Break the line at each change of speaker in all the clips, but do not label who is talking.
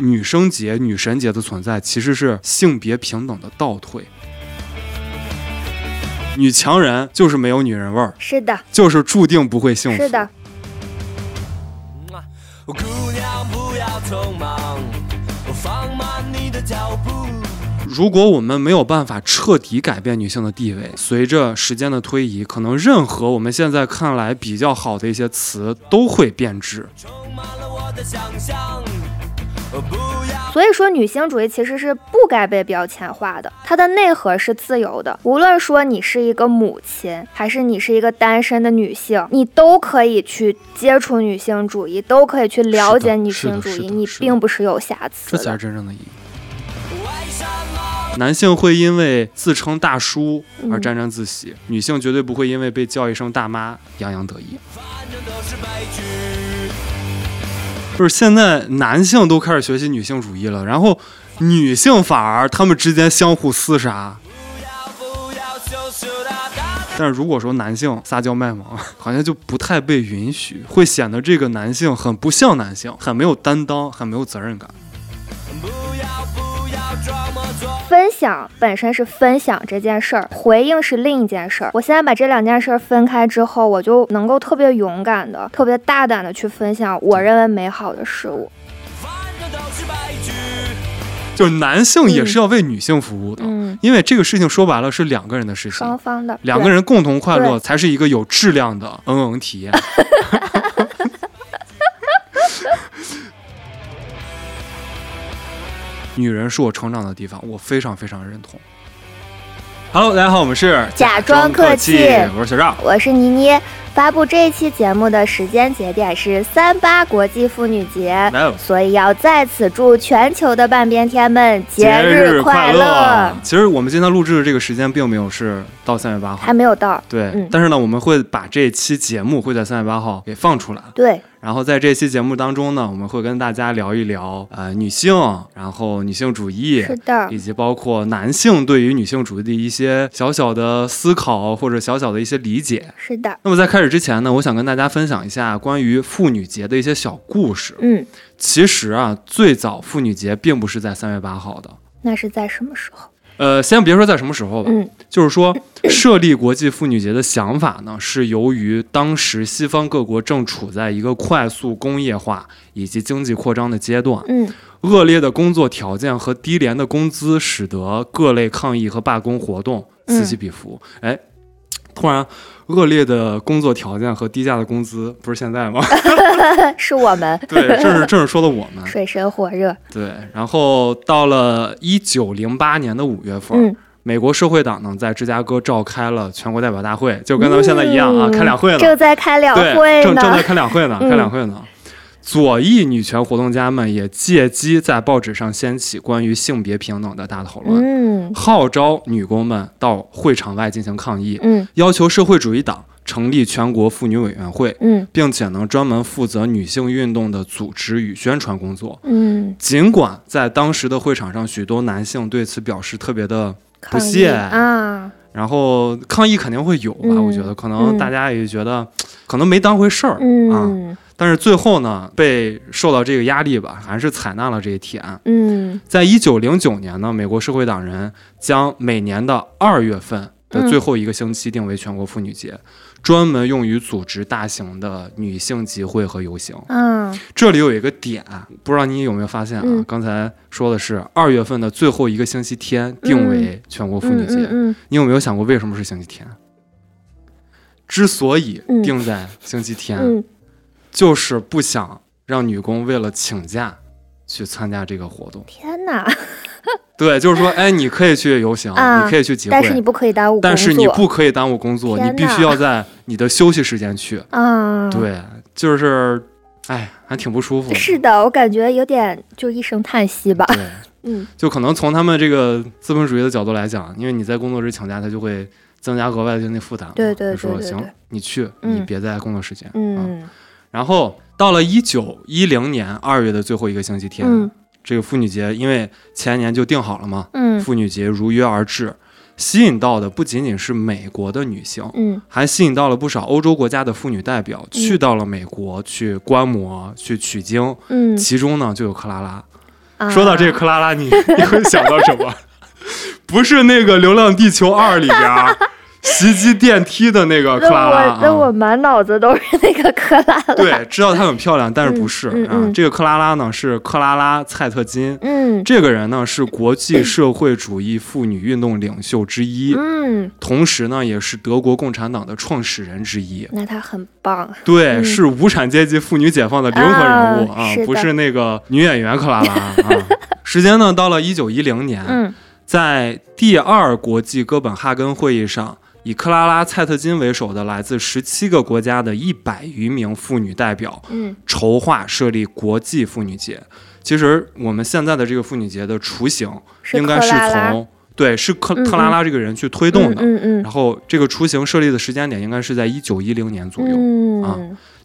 女生节、女神节的存在其实是性别平等的倒退。女强人就是没有女人味儿，
是的，
就是注定不会幸福。
是的，
姑娘不要匆忙，放慢你的脚步。
如果我们没有办法彻底改变女性的地位，随着时间的推移，可能任何我们现在看来比较好的一些词都会变质。
充满了我的想象，不要
所以说，女性主义其实是不该被标签化的，它的内核是自由的。无论说你是一个母亲，还是你是一个单身的女性，你都可以去接触女性主义，都可以去了解女性主
是的是
义，
的
你
是的
并不是有瑕
这
疵
才
的
是。真正的意义。
为什么？
男性会因为自称大叔而沾沾自喜，
嗯
女性绝对不会因为被叫一声大妈洋洋得意。
反正都是悲剧。
就是现在男性都开始学习女性主义了，然后女性反而他们之间相互厮杀。
不要不要羞羞答答。
但是如果说男性撒娇卖萌，好像就不太被允许，会显得这个男性很不像男性，很没有担当，很没有责任感。
不要不要装模作
分享本身是分享这件事儿，回应是另一件事儿。我现在把这两件事儿分开之后，我就能够特别勇敢的、特别大胆的去分享我认为美好的事物。
反正都是悲剧。
就是男性也是要为女性服务的，
嗯，
因为这个事情说白了是两个人的事情，
双方的
两个
人
人共同快乐
对
才是一个有质量的嗯嗯体验。 女人是我成长的地方，我非常非常认同。Hello，大家好，我们是
假装客气
我是小赵。
我是倪妮。发布这一期节目的时间节点是三八国际妇女节，
没有
所以要在此祝全球的半边天们节
日
快
乐！其实我们今天录制的这个时间并没有是到三月八号
还，没有到，
对，
嗯
但是呢，我们会把这期节目会在三月八号给放出来。
对，
然后在这期节目当中呢，我们会跟大家聊一聊呃女性，然后女性主义，
是的
以，及包括男性对于女性主义的一些小小的思考或者小小的一些理解。
是的，
那么在开始之前呢，我想跟大家分享一下关于妇女节的一些小故事。
嗯，
其实啊，最早妇女节并不是在三月八号的，
那是在什么时候？
呃，先别说在什么时候吧，
嗯
就是说设立国际妇女节的想法呢，是由于当时西方各国正处在一个快速工业化以及经济扩张的阶段，
嗯，
恶劣的工作条件和低廉的工资，使得各类抗议和罢工活动
嗯
此起彼伏。哎、突然，恶劣的工作条件和低价的工资，不是现在吗？
是我们
对，正是正是说的我们。
水深火热。
对，然后到了一九零八年的五月份，
嗯，
美国社会党呢在芝加哥召开了全国代表大会，就跟咱们现在一样啊，开两会呢，
嗯正在开两
对，
会
正正在
呢。
开两 会呢，
嗯
开两会呢。左翼女权活动家们也借机在报纸上掀起关于性别平等的大讨论，
嗯
号召女工们到会场外进行抗议，
嗯
要求社会主义党成立全国妇女委员会，
嗯
并且呢专门负责女性运动的组织与宣传工作。
嗯，
尽管在当时的会场上，许多男性对此表示特别的不
抗议
屑，
啊，
然后抗议肯定会有吧？
嗯
我觉得可能大家也觉得、可能没当回事儿、啊，
嗯
但是最后呢，被受到这个压力吧，还是采纳了这一提案。
嗯
在一九零九年呢，美国社会党人将每年的二月份的最后一个星期定为全国妇女节，专门用于组织大型的女性集会和游行。
啊，
这里有一个点，啊不知道你有没有发现啊？
嗯
刚才说的是二月份的最后一个星期天定为全国妇女
嗯
节，
嗯嗯
你有没有想过为什么是星期天？之所以
嗯
定在星期天，
嗯，
就是不想让女工为了请假去参加这个活动。
天哪！
对，就是说，哎，你可以去游行，
啊
你可以去集会，
但是你不可以耽误工作。
但是你不可以耽误工作，你
天
必
哪
须要在你的休息时间去。
啊，，
对，就是，哎，还挺不舒服的。
是的，我感觉有点就一声叹息吧。
对。
嗯
就可能从他们这个资本主义的角度来讲，因为你在工作日请假，他就会增加额外的经济负担嘛。
对对
就说
对对
行
对，
你去，
嗯
你别在工作时间。啊
嗯
然后到了一九一零年二月的最后一个星期天，啊
嗯
这个妇女节，因为前年就定好了嘛，
嗯
妇女节如约而至，吸引到的不仅仅是美国的女性。
嗯
还吸引到了不少欧洲国家的妇女代表，去到了美国去观摩、去取经，
嗯，
其中呢就有克拉拉。
啊
说到这个克拉拉，你 你会想到什么？ 不是那个《流浪地球二》里边 儿袭击电梯的那个克
那
拉拉
嗯我那我
啊。
满脑子都是那个克拉 拉。
对，知道她很漂亮，但是不是、
嗯嗯
啊
嗯？
这个克拉拉呢是克拉拉·蔡特金，
嗯
这个人呢是国际社会主义妇女运动领袖之一，
嗯，
同时呢也是德国共产党的创始人之一。
那他很棒。
对，
嗯
是无产阶级妇女解放的灵魂人物
啊
啊，
是的
不是那个女演员克拉拉 啊。时间呢，到了一九一零年，
嗯
在第二国际哥本哈根会议上，以克拉拉·蔡特金为首的来自十七个国家的一百余名妇女代表，
嗯
筹划设立国际妇女节。其实我们现在的这个妇女节的雏形，
是
应该是
克拉拉
从对是克
嗯嗯
特拉拉这个人去推动的。
嗯嗯
然后这个雏形设立的时间点应该是在一九一零年左右。
嗯
啊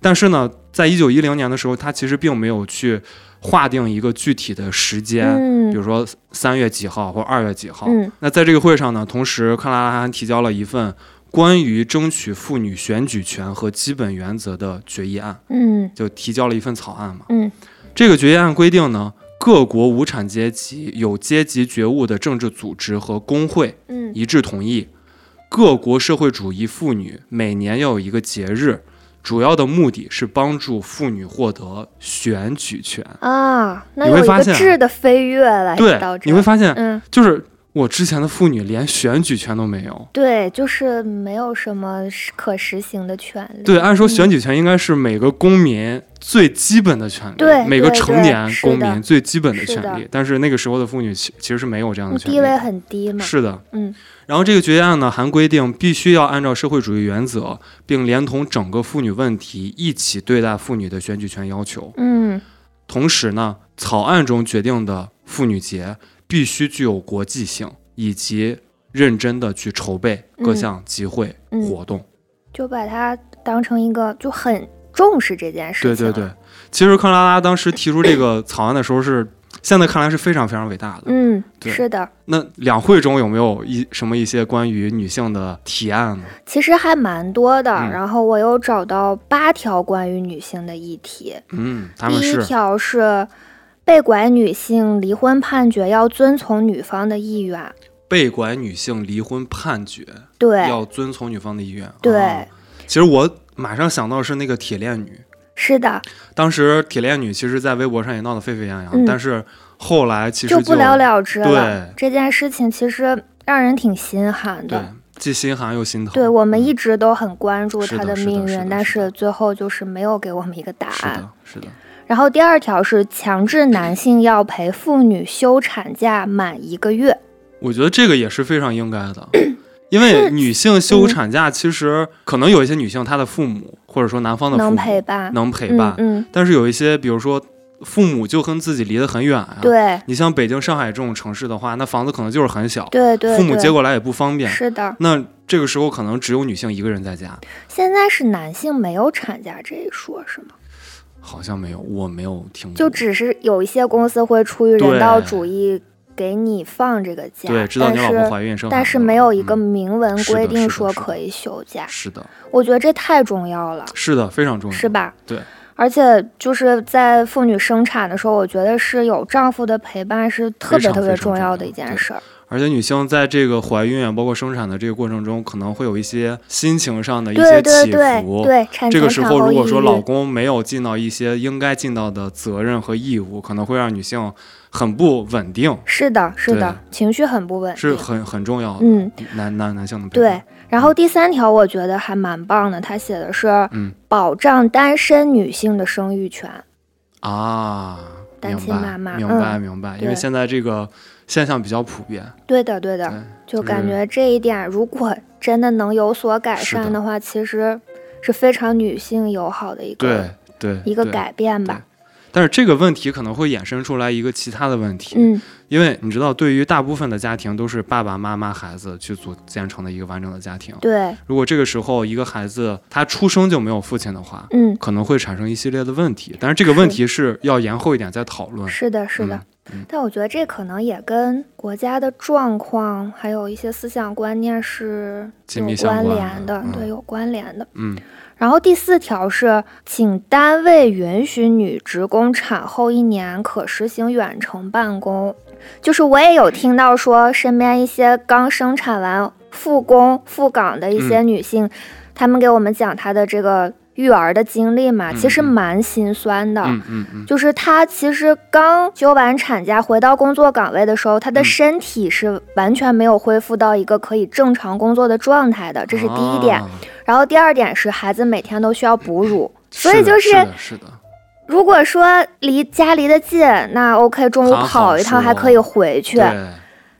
但是呢，在一九一零年的时候，他其实并没有去划定一个具体的时间，
嗯
比如说三月几号或二月几号。
嗯
那在这个会上呢，同时克拉拉还提交了一份关于争取妇女选举权和基本原则的决议案，
嗯
就提交了一份草案嘛。
嗯
这个决议案规定呢，各国无产阶级有阶级觉悟的政治组织和工会
嗯
一致同意，各国社会主义妇女每年要有一个节日，主要的目的是帮助妇女获得选举权。
啊，那
你
有
会
一
发
个
现啊
质的飞跃了，
对
到，这
你会发现，啊
嗯。
就是我之前的妇女连选举权都没有。
对，就是没有什么可实行的权利。
对，按说选
举，
举权应该是每个公民最基本的权利，
对
每个
对
成
对
年
是
公
的
民最基本的
是
权
的
利。但是那个时候的妇女其其实是没有这样的权利
嗯地
的。
位很低嘛。
是的，
嗯。
然后这个决议案呢，还规定必须要按照社会主义原则，并连同整个妇女问题一起对待妇女的选举权要求。
嗯
同时呢，草案中决定的妇女节必须具有国际性，以及认真的去筹备各
嗯
项集会、
嗯
活动。
就把它当成一个就很重视这件事
对
情。
对对，，其实克拉拉当时提出这个草案的时候是，现在看来是非常非常伟大的。
嗯，
对
是的，
那两会中有没有一什么一些关于女性的提案呢？
其实还蛮多的。
嗯
然后我有找到八条关于女性的议题，
嗯，他
第
们
一
是
条是。被拐女性离婚判决要遵从女方的意愿，
被拐女性离婚判决
对
要遵从女方的意愿。
对、
啊其实我马上想到是那个铁链女，
是的，
当时铁链女其实在微博上也闹得沸沸扬扬，
嗯
但是后来其实
就不了了之了
对。
这件事情其实让人挺心寒
对
的。，
既心寒又心疼。
对我们
嗯
一直都很关注
是
他
的是的
命
是的
运，但
是的
是最后就是没有给我们一个答
是
案
的。，是的，
然后第二条是强制男性要陪妇女休产假满一个月。
我觉得这个也是非常应该的， 因为女性休产假其实可能有一些女性她的父母或者说男方的父母
能陪伴
能陪伴，
嗯
但是有一些比如说父母就跟自己离得很远啊
嗯，，对
你像北京、上海这种城市的话，那房子可能就是很小，
对对，
父母
对
接过来也不方便，
是的，
那这个时候可能只有女性一个人在家，
现在是男性没有产假这一说，是
嗯
吗？
好像没有，我没有听过，
就只是有一些公司会出于人
对
道主义给你放这个假，
对，知道你老婆怀孕生孩
但是但
子
是
了
没有一个
嗯
明文
是的
规
是
定
的
说
是的
可以休假，
是的，
我觉得这太重要了。
是的，非常重要，
是吧？
对，
而且就是在妇女生产的时候，我觉得是有丈夫的陪伴是特
非
别
常
特别
非常
重
重
要
要
的一件
对
事儿。
而且女性在这个怀孕啊，包括生产的这个过程中，可能会有一些心情上的一
对
些
对
起
对
伏。
对，产
这
前
个时
产
候，
后
如
抑
果说
郁
老公没有尽到一些应该尽到的责任和义务，可能会让女性很不稳定，
是的，是的，情绪很不稳定，
是很很重要的。
嗯
男男男性的陪
对
伴。
然后第三条我觉得还蛮棒的，他写的是
嗯
保障单身女性的生育权。
啊，
单
明
亲
白
妈妈
明白
嗯
明白，
对
因为现在这个现象比较普遍。
对的，对的，
对
就
就是
感觉这一点如果真的能有所改
是的
善的话，其实是非常女性友好的一
对
个
对，
一个
对。
改变吧。
但是这个问题可能会衍生出来一个其他的问题，
嗯，
因为你知道，对于大部分的家庭都是爸爸妈妈、孩子去组建成的一个完整的家庭。
对，
如果这个时候一个孩子他出生就没有父亲的话，
嗯，
可能会产生一系列的问题。但是这个问题是要延后一点再讨论。
是的，是的。
嗯
但我觉得这可能也跟国家的状况，还有一些思想观念是
紧密
有
相
关
关
联
的
的，
嗯
对，有关联的。
嗯
然后第四条是，请单位允许女职工产后一年可实行远程办公。就是我也有听到说，身边一些刚生产完复工复岗的一
嗯
些女性，她们给我们讲她的这个育儿的经历嘛，其实
嗯
蛮心酸的。
嗯嗯嗯，
就是她其实刚休完产假回到工作岗位的时候，她的
嗯
身体是完全没有恢复到一个可以正常工作的状态的，这是第一点。
啊
然后第二点是，孩子每天都需要哺乳，所
是
以
的
就是
的是的，
如果说离家离得近，那 OK，中午
还好
跑一
说
趟还可以回去；
对，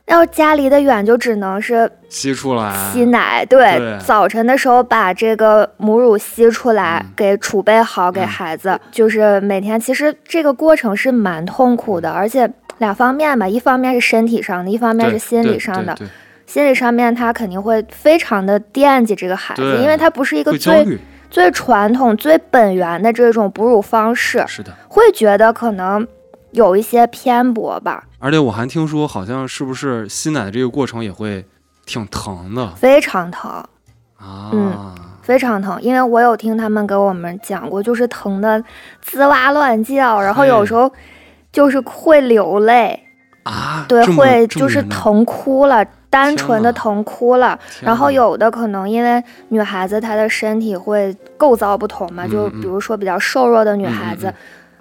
要家离得远，就只能是
吸出来，
吸奶。对，
啊对
早晨的时候把这个母乳吸出来，
嗯
给储备好给
嗯
孩子，就是每天其实这个过程是蛮痛苦的，而且两方面吧，一方面是身体上的，一方面
对
是心
对
理上
对
的。
对
心理上面他肯定会非常的惦记这个孩子，
对
因为他不是一个
会焦
最
虑，
最传统、最本源的这种哺乳方式，
是的。
会觉得可能有一些偏颇吧，
而且我还听说，好像是不是吸奶的这个过程也会挺疼的
非常疼，
啊？
非常疼。因为我有听他们给我们讲过，就是疼的滋哇乱叫，然后有时候就是会流泪，
啊，
对，
这么
会
这
就
么
是
严重
疼哭了，单纯
天哪
的疼哭了。
天
然后
哪
有的可能因为女孩子她的身体会构造不同嘛，
嗯
就
嗯
比如说比较瘦弱的女
嗯嗯
孩子，
嗯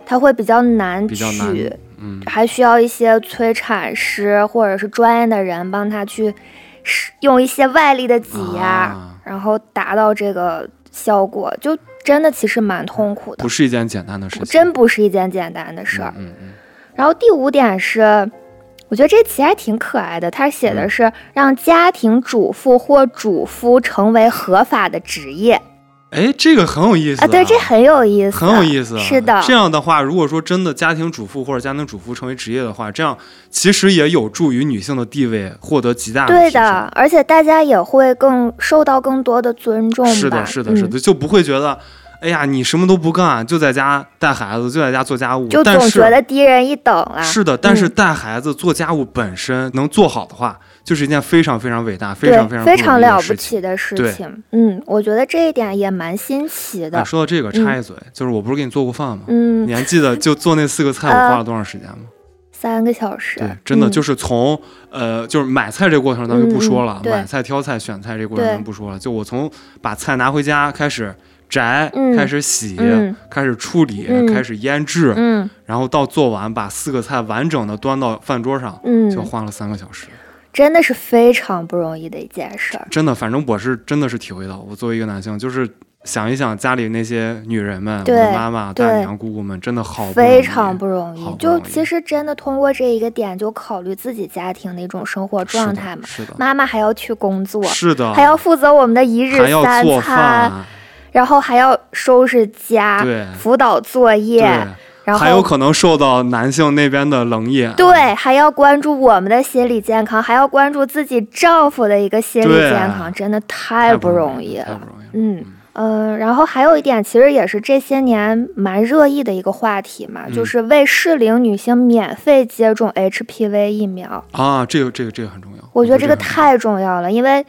她会比较难
比较
取
难，嗯，
还需要一些催产师或者是专业的人帮他去使用一些外力的挤压，
啊
然后达到这个效果，就真的其实蛮痛苦的
不，是一件简单的事情，
真不是一件简单的事儿。
嗯嗯
然后第五点是。我觉得这题还挺可爱的，它写
嗯
的是让家庭主妇或主夫成为合法的职业
嗯，哎，这个很有意思
啊，对，这很有意思，
很有意思。啊
是的，
这样的话，如果说真的家庭主妇或者家庭主妇成为职业的话，这样其实也有助于女性的地位获得极大的
对
提升啊
的，而且大家也会更受到更多的尊重吧，
是的，是的，是
嗯
的，就不会觉得，哎呀，你什么都不干，就在家带孩子，就在家做家务。
嗯就
但
总
是
觉得低人一等啦。
是的，但是
嗯
带孩子、做家务本身能做好的话，就是一件非常非常伟大、非
对
常，非常
非
不
常
容易的
了不
事情。
起的事
对
情。嗯，我觉得这一点也蛮新奇
哎
的。
说到这个，
嗯
插一嘴，就是我不是给你做过饭吗？
嗯
你，还记得就做那四个菜，我
呃
花了多长时间吗？
三个小时
对，，真的
嗯
就是从呃，就是买菜这个过程咱就不说
嗯
了
嗯，对
买菜、挑菜、选菜这个过程
对
咱不说了。就我从把菜拿回家开始摘
嗯，
开始洗
嗯，
开始处理
嗯，
开始腌制，
嗯
然后到做完，把四个菜完整的端到饭桌上，就
嗯，
花了三个小时。
真的是非常不容易的一件事儿。
真的，反正我是真的是体会到，我作为一个男性，就是想一想家里那些女人们，我
对
的妈妈、
对
大娘、姑姑们，真的好不容
非
易
常不容
好
易，
不
就
容易
其实真的通过这一个点，就考虑自己家庭的一种生活状态嘛。
是的，
妈妈还要去工作，
是的，
还要负责我们的一日
还要
三
做
餐，
饭，
然后还要收拾家、
对
辅导作业，
对，
然后
还有可能受到男性那边的冷眼，
对，还要关注我们的心理健康，还要关注自己丈夫的一个心理
对
健康，真的太
太不
不容
容
易
易了太
了
不。容易了。
嗯嗯、呃然后还有一点，其实也是这些年蛮热议的一个话题嘛，就
嗯
是为适龄女性免费接种 HPV 疫苗。
啊，这个这个这个很重要，
我觉得这
哦这
个
很
太重要了，因为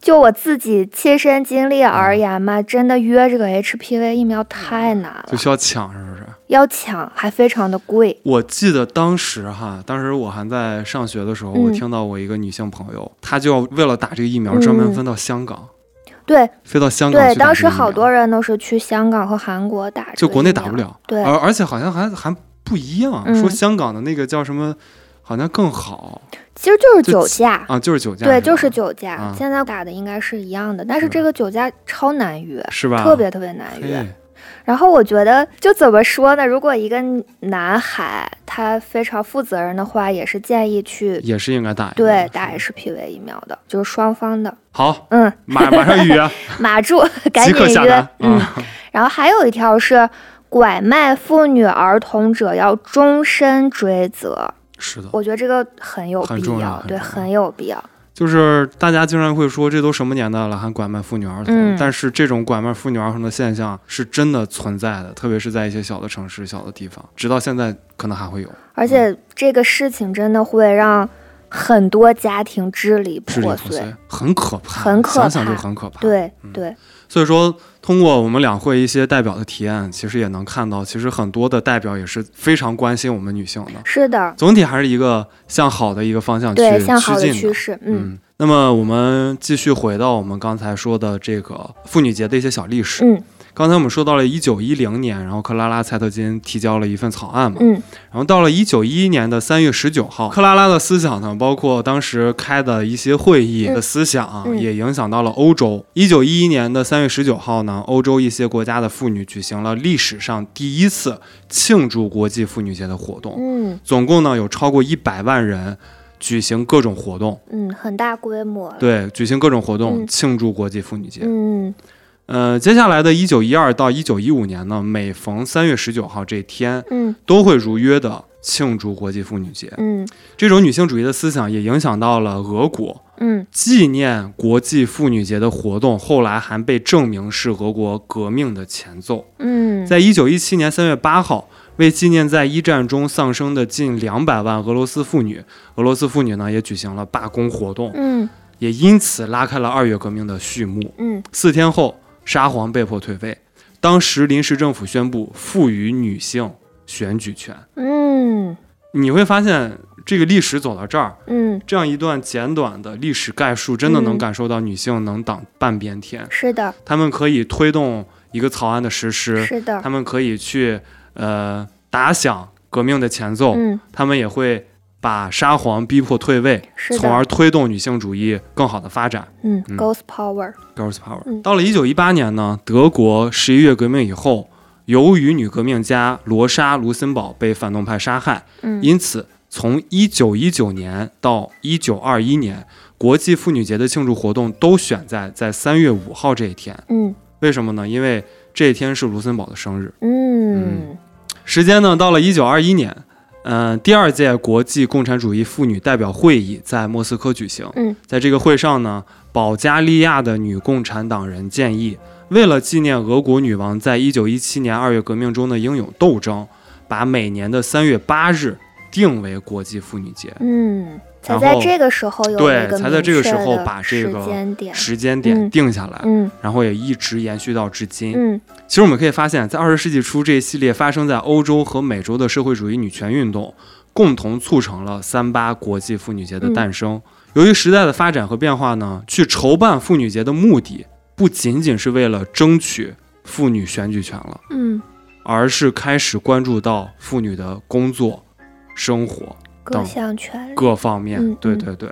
就我自己亲身经
嗯
历而言嘛，真的约这个 HPV 疫苗太难了
嗯就，需要抢，是不是？
要抢还非常的贵。
我记得当时哈，当时我还在上学的时候，我
嗯
听到我一个女性朋友，她就要为了打这个疫苗，专
嗯
门飞到香港，
对
飞到香港
对，
去打
当
这
时
个疫
好
苗
多人都是去香港和韩国打这个疫苗，
就国内打不了，啊
对
而而且好像还还不一样，
嗯
说香港的那个叫什么，好像更好
其实就是
就
酒驾，
啊，就是酒驾，
对，
吧
就是酒驾
啊。
现在打的应该是一样的，但是
是
这个酒驾超难约，
是吧？
特别特别难约。
嘿
然后我觉得就怎么说呢？如果一个男孩他非常负责任的话，也是建议去
也是应该打一个
对打 HPV 疫苗的，就是双方的。
好，
嗯，
马马上预约，
码住，赶
即
紧
刻下
约
单。
嗯，
啊！
然后还有一条是。拐卖妇女儿童者要终身追责，
是的，
我觉得这个很有
很
必
重要
要，
很重
对，
要嗯
很有必要。
就是大家经常会说，这都什么年代了还拐卖妇女儿童？
嗯
但是这种拐卖妇女儿童的现象是真的存在的，特别是在一些小的城市、小的地方，直到现在可能还会有
而且这个事情真的会让很多家庭支离
支离
破
破
碎。
碎，很可怕，
很可
想想
怕
就很可怕。嗯
对对，
所以说，通过我们两会一些代表的体验，其实也能看到，其实很多的代表也是非常关心我们女性的。
是的，
总体还是一个向好的一个方向去
对，向好的
趋
趋
近的。
势，嗯
嗯，那么我们继续回到我们刚才说的这个妇女节的一些小历史。
嗯
刚才我们说到了一九一零年，然后克拉拉·蔡特金提交了一份草案嘛，
嗯
然后到了一九一一年的三月十九号，克拉拉的思想呢，包括当时开的一些会议的思想，
嗯嗯
也影响到了欧洲。一九一一年的三月十九号呢，欧洲一些国家的妇女举行了历史上第一次庆祝国际妇女节的活动，
嗯
总共呢有超过一百万人举行各种活动，
嗯，很大规模了，
对，举行各种活动
嗯
庆祝国际妇女节。
嗯
呃，接下来的一九一二到一九一五年呢，每逢三月十九号这一天，
嗯
都会如约的庆祝国际妇女节。
嗯
这种女性主义的思想也影响到了俄国。
嗯
纪念国际妇女节的活动后来还被证明是俄国革命的前奏。
嗯，
在一九一七年三月八号，为纪念在一战中丧生的近两百万俄罗斯妇女，俄罗斯妇女呢也举行了罢工活动，
嗯
也因此拉开了二月革命的序幕。
嗯
四天后，沙皇被迫退位，当时临时政府宣布赋予女性选举权。
嗯
你会发现，这个历史走到这儿，
嗯，
这样一段简短的历史概述，真的能
嗯
感受到女性能挡半边天，
是的，
她们可以推动一个草案的实施，
是的
她，们可以去呃打响革命的前奏，
嗯
她们也会把沙皇逼迫退位，
是的
从而推动女性主义更好的发展。
嗯
嗯
，Girls Power，
Girls Power。
嗯
到了一九一八年呢，德国十一月革命以后，由于女革命家罗莎·卢森堡被反动派杀害，
嗯
因此从一九一九年到一九二一年，国际妇女节的庆祝活动都选在在三月五号这一天。
嗯
为什么呢？因为这一天是卢森堡的生日。
嗯
时间呢，到了一九二一年，嗯、第二届国际共产主义妇女代表会议在莫斯科举行。
嗯
在这个会上呢，保加利亚的女共产党人建议，为了纪念俄国女王在一九一七年二月革命中的英勇斗争，把每年的三月八日定为国际妇女节。
嗯，才
然
在
后
这个时候有
对
一个
才在
明
这个时
确
候
的
把这
时
个
间点，
时间点
嗯
定下来，
嗯
然后也一直延续到至今。
嗯
其实我们可以发现，在二十世纪初这一系列发生在欧洲和美洲的社会主义女权运动，共同促成了三八国际妇女节
嗯
的诞生。由于时代的发展和变化呢，去筹办妇女节的目的不仅仅是为了争取妇女选举权了，
嗯，
而是开始关注到妇女的工作、生活
各
等
项权利，
各方面。
嗯
对
嗯
对对。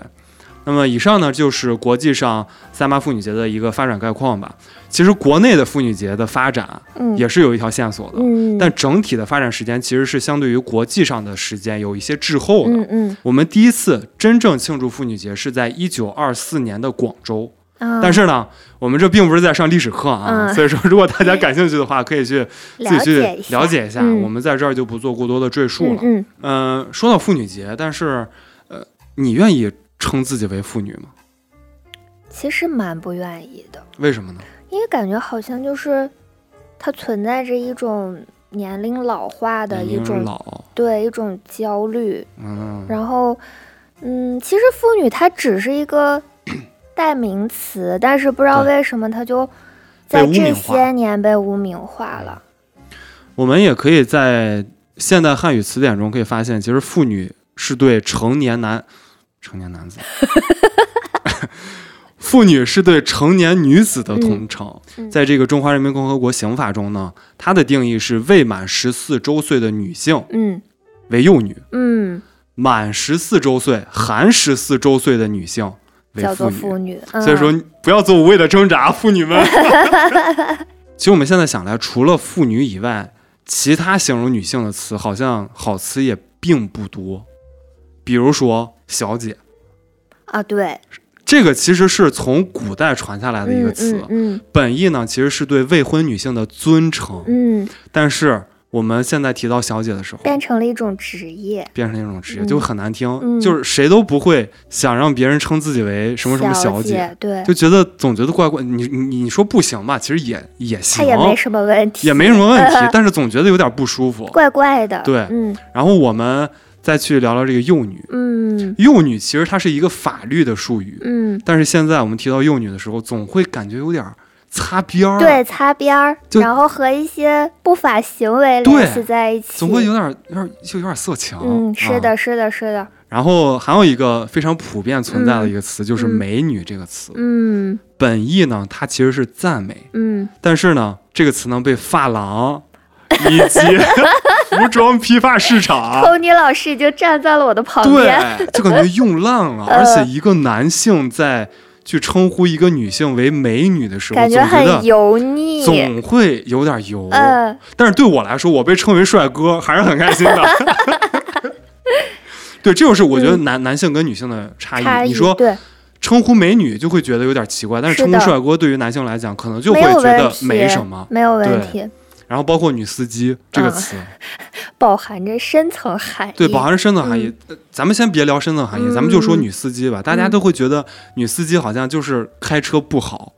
那么以上呢，就是国际上三八妇女节的一个发展概况吧。其实国内的妇女节的发展啊
嗯
也是有一条线索的，
嗯，
但整体的发展时间其实是相对于国际上的时间有一些滞后的。
嗯嗯，
我们第一次真正庆祝妇女节是在一九二四年的广州，
啊
但是呢，我们这并不是在上历史课啊，
嗯
所以说如果大家感兴趣的话，可以去自己 去
了解一下，
了解一下，
嗯
我们在这儿就不做过多的赘述了。
嗯嗯，
嗯、说到妇女节，但是呃，你愿意称自己为妇女吗？
其实蛮不愿意的，
为什么呢？
因为感觉好像就是它存在着一种年龄老化的一
年龄
种
老，
对一种焦虑，
嗯，
然后嗯，其实妇女它只是 一个代名词，但是不知道
对
为什么它就在
被污名
这
化嗯
些年被污名化了。
我们也可以在现代汉语词典中可以发现，其实妇女是对成年男、成年男子， 妇女是对成年女子的统称。
嗯嗯
在这个中华人民共和国刑法中呢，它的定义是未满十四周岁的女性
嗯
为幼女，
嗯，
满十四周岁含十四周岁的女性为
叫做
妇
妇
女。
女，嗯
所以说，不要做无谓的挣 扎，妇女们。其实我们现在想来，除了妇女以外，其他形容女性的词好像好词也并不多。比如说“小姐
啊，对，”，
这个其实是从古代传下来的一个
嗯
词，
嗯
本意呢其实是对未婚女性的尊称。
嗯
但是我们现在提到小姐的时候，
变成了一种职业，
变成那种职业
嗯
就很难听，
嗯
就是谁都不会想让别人称自己为什么什么
小
姐，
对，
就觉得总觉得怪怪。你你你说不行吧，其实也也
她
行，
也没什么问题，
也没什么问题，但是总觉得有点不舒服。
怪怪的，
对
嗯
然后我们再去聊聊这个幼女，
嗯
幼女其实它是一个法律的术语，
嗯，
但是现在我们提到幼女的时候，总会感觉有点儿擦边儿，
对，，擦边儿，
啊就
然后和一些不法行为
对
联系在一起，
总会有点儿有点儿就有点儿色情。
嗯，是
啊
的，是的，是的，
然后还有一个非常普遍存在的一个词，就是“
嗯
美女”这个词。
嗯
本意呢，它其实是赞美，
嗯，
但是呢，这个词呢被发 廊以及服装批发市 场。
托尼老师已经站在了我的旁边，
啊
嗯
对，哎就感觉用烂 了。而且一个男性在去称呼一个女性为美女的时候，
感觉
总觉
很
得
油腻，
总会有点油。
嗯
但是对我来说，我被称为帅哥还是很开 心的。对，这就是我觉得男、男性跟女性的差异。
嗯差异，
哎你说
对，
称呼美女就会觉得有点奇怪，但是
是
称
的
呼帅哥对于男性来讲，可能就会
没有
觉
问
得
题，
没什么。
没有问
对
题，
然后包括女司机这个
嗯
词，
饱含着深层含义，
对，饱含着深层含义。呃咱们先别聊深层含义，咱们就说
嗯
女司机吧。大家都会觉得女司机好像就是开车不好，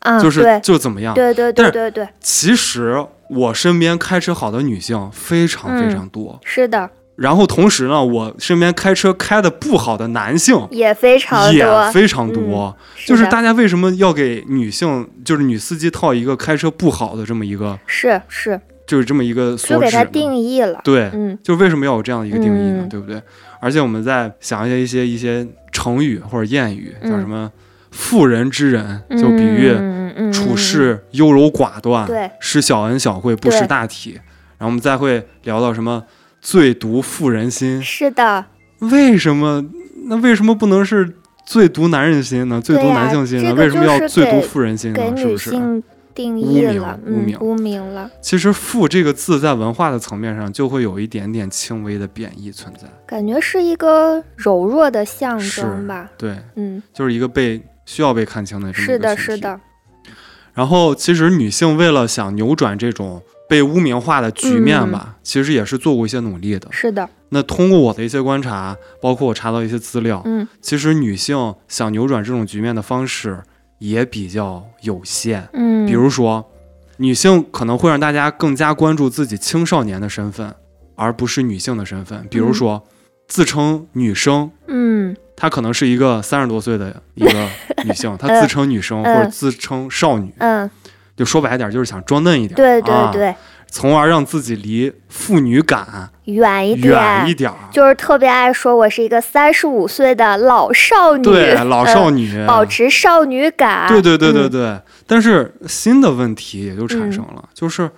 啊，
就是、
对
就怎么样。
对对
但
对
是
对对，
其实我身边开车好的女性非常非常多，
是的，
然后同时呢，我身边开车开的不好的男性
也非常
也
多，嗯
非常多。就是大家为什么要给女性，就是女司机套一个开车不好的这么一个，
是是，
就是这么一个
就
所
给
指
它
呢？
定义了，
对，
嗯
就为什么要有这样的一个定义呢？
嗯
对不对？而且我们再想一些一些一些成语或者谚语，
嗯
叫什么“妇人之仁”，
嗯，
就比喻
嗯嗯
处事优柔寡断，
对
识小恩小惠，不识
对
大体。然后我们再会聊到什么“最毒妇人心
是的，”，
为什么？那为什么不能是最毒男人心呢？最
对
毒
呀
男性心呢？
这个
为什么
就是
要最毒
给
妇人心
给
嗯呢？是
女
不是？啊
性定义了，
污名污
嗯
名，
污名了，
其实“妇”这个字在文化的层面上就会有一点点轻微的贬义存在。
感觉是一个柔弱的象
是
征吧，
对，
嗯，
就是一个被需要被看清的这么一个
是的，
群
是
体。
的，
然后，其实女性为了想扭转这种被污名化的局面
嗯
吧，其实也是做过一些努力的。
是的，
那通过我的一些观察，包括我查到一些资料，
嗯
其实女性想扭转这种局面的方式也比较有限。
嗯，
比如说，女性可能会让大家更加关注自己青少年的身份，而不是女性的身份。比如说，自称女生
嗯
她可能是一个三十多岁的一个 女性，她自称女生或
嗯
者自称少女，
嗯，
就说白一点就是想装嫩一点，
对对
啊，
对，
从而让自己离妇女感
远一
远一
点。
点儿。
就是特别爱说我是一个三十五岁的老少女，
对，老
嗯
少女，
保持少女感。
对对对对
嗯
对。但是新的问题也就产生了，就是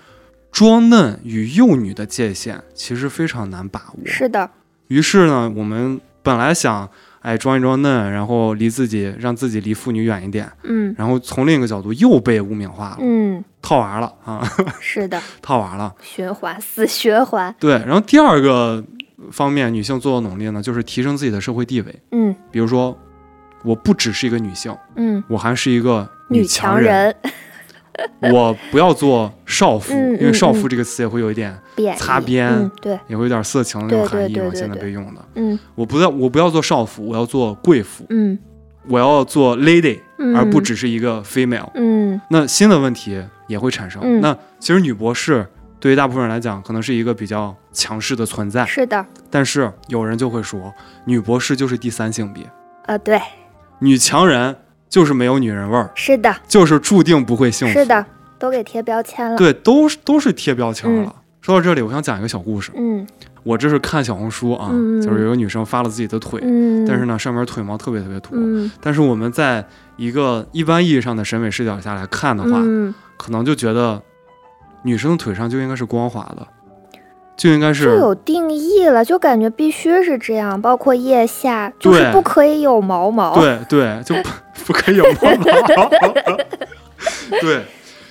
装嫩与幼女的界限其实非常难把握。
是的，
于是呢，我们本来想。哎，装一装嫩，然后离自己让自己离妇女远一点，
嗯
然后从另一个角度又被污名化了，
嗯，
套娃了啊。
是的，
套娃了。
循环死循环，
对，然后第二个方面，女性做的努力呢，就是提升自己的社会地位。
嗯
比如说，我不只是一个女性，
嗯，
我还是一个
女
强
强人
我不要做少妇，
嗯
因为少
嗯
妇这个词也会有一点，
贬义
擦边
嗯对，
也会有点色情的那种
对对
含义
对
嘛，
对
现在
对
被用的。
嗯
我不要，我不要做少妇，我要做贵妇，
嗯
我要做 lady，
嗯，
而不只是一个 female。
嗯
那新的问题也会产生。
嗯
那其实女博士对于大部分人来讲，可能是一个比较强势的存在。
是的，
但是有人就会说，女博士就是第三性别，
啊对，
女强人就是没有女人味儿，
是的，
就是注定不会幸福。
是的，都给贴标签了。
对，都是都是贴标签儿了。说到这里，我想讲一个小故事。
嗯
我这是看小红书啊，
嗯
就是有一个女生发了自己的腿，
嗯，
但是呢，上面腿毛特别特别多。
嗯
但是我们在一个一般意义上的审美视角下来看的话，
嗯，
可能就觉得女生的腿上就应该是光滑的，就应该
就是有定义了，就感觉必须是这样，包括腋下，就是
对
不可以有毛毛。
对对， 就不不可以有毛毛。 对，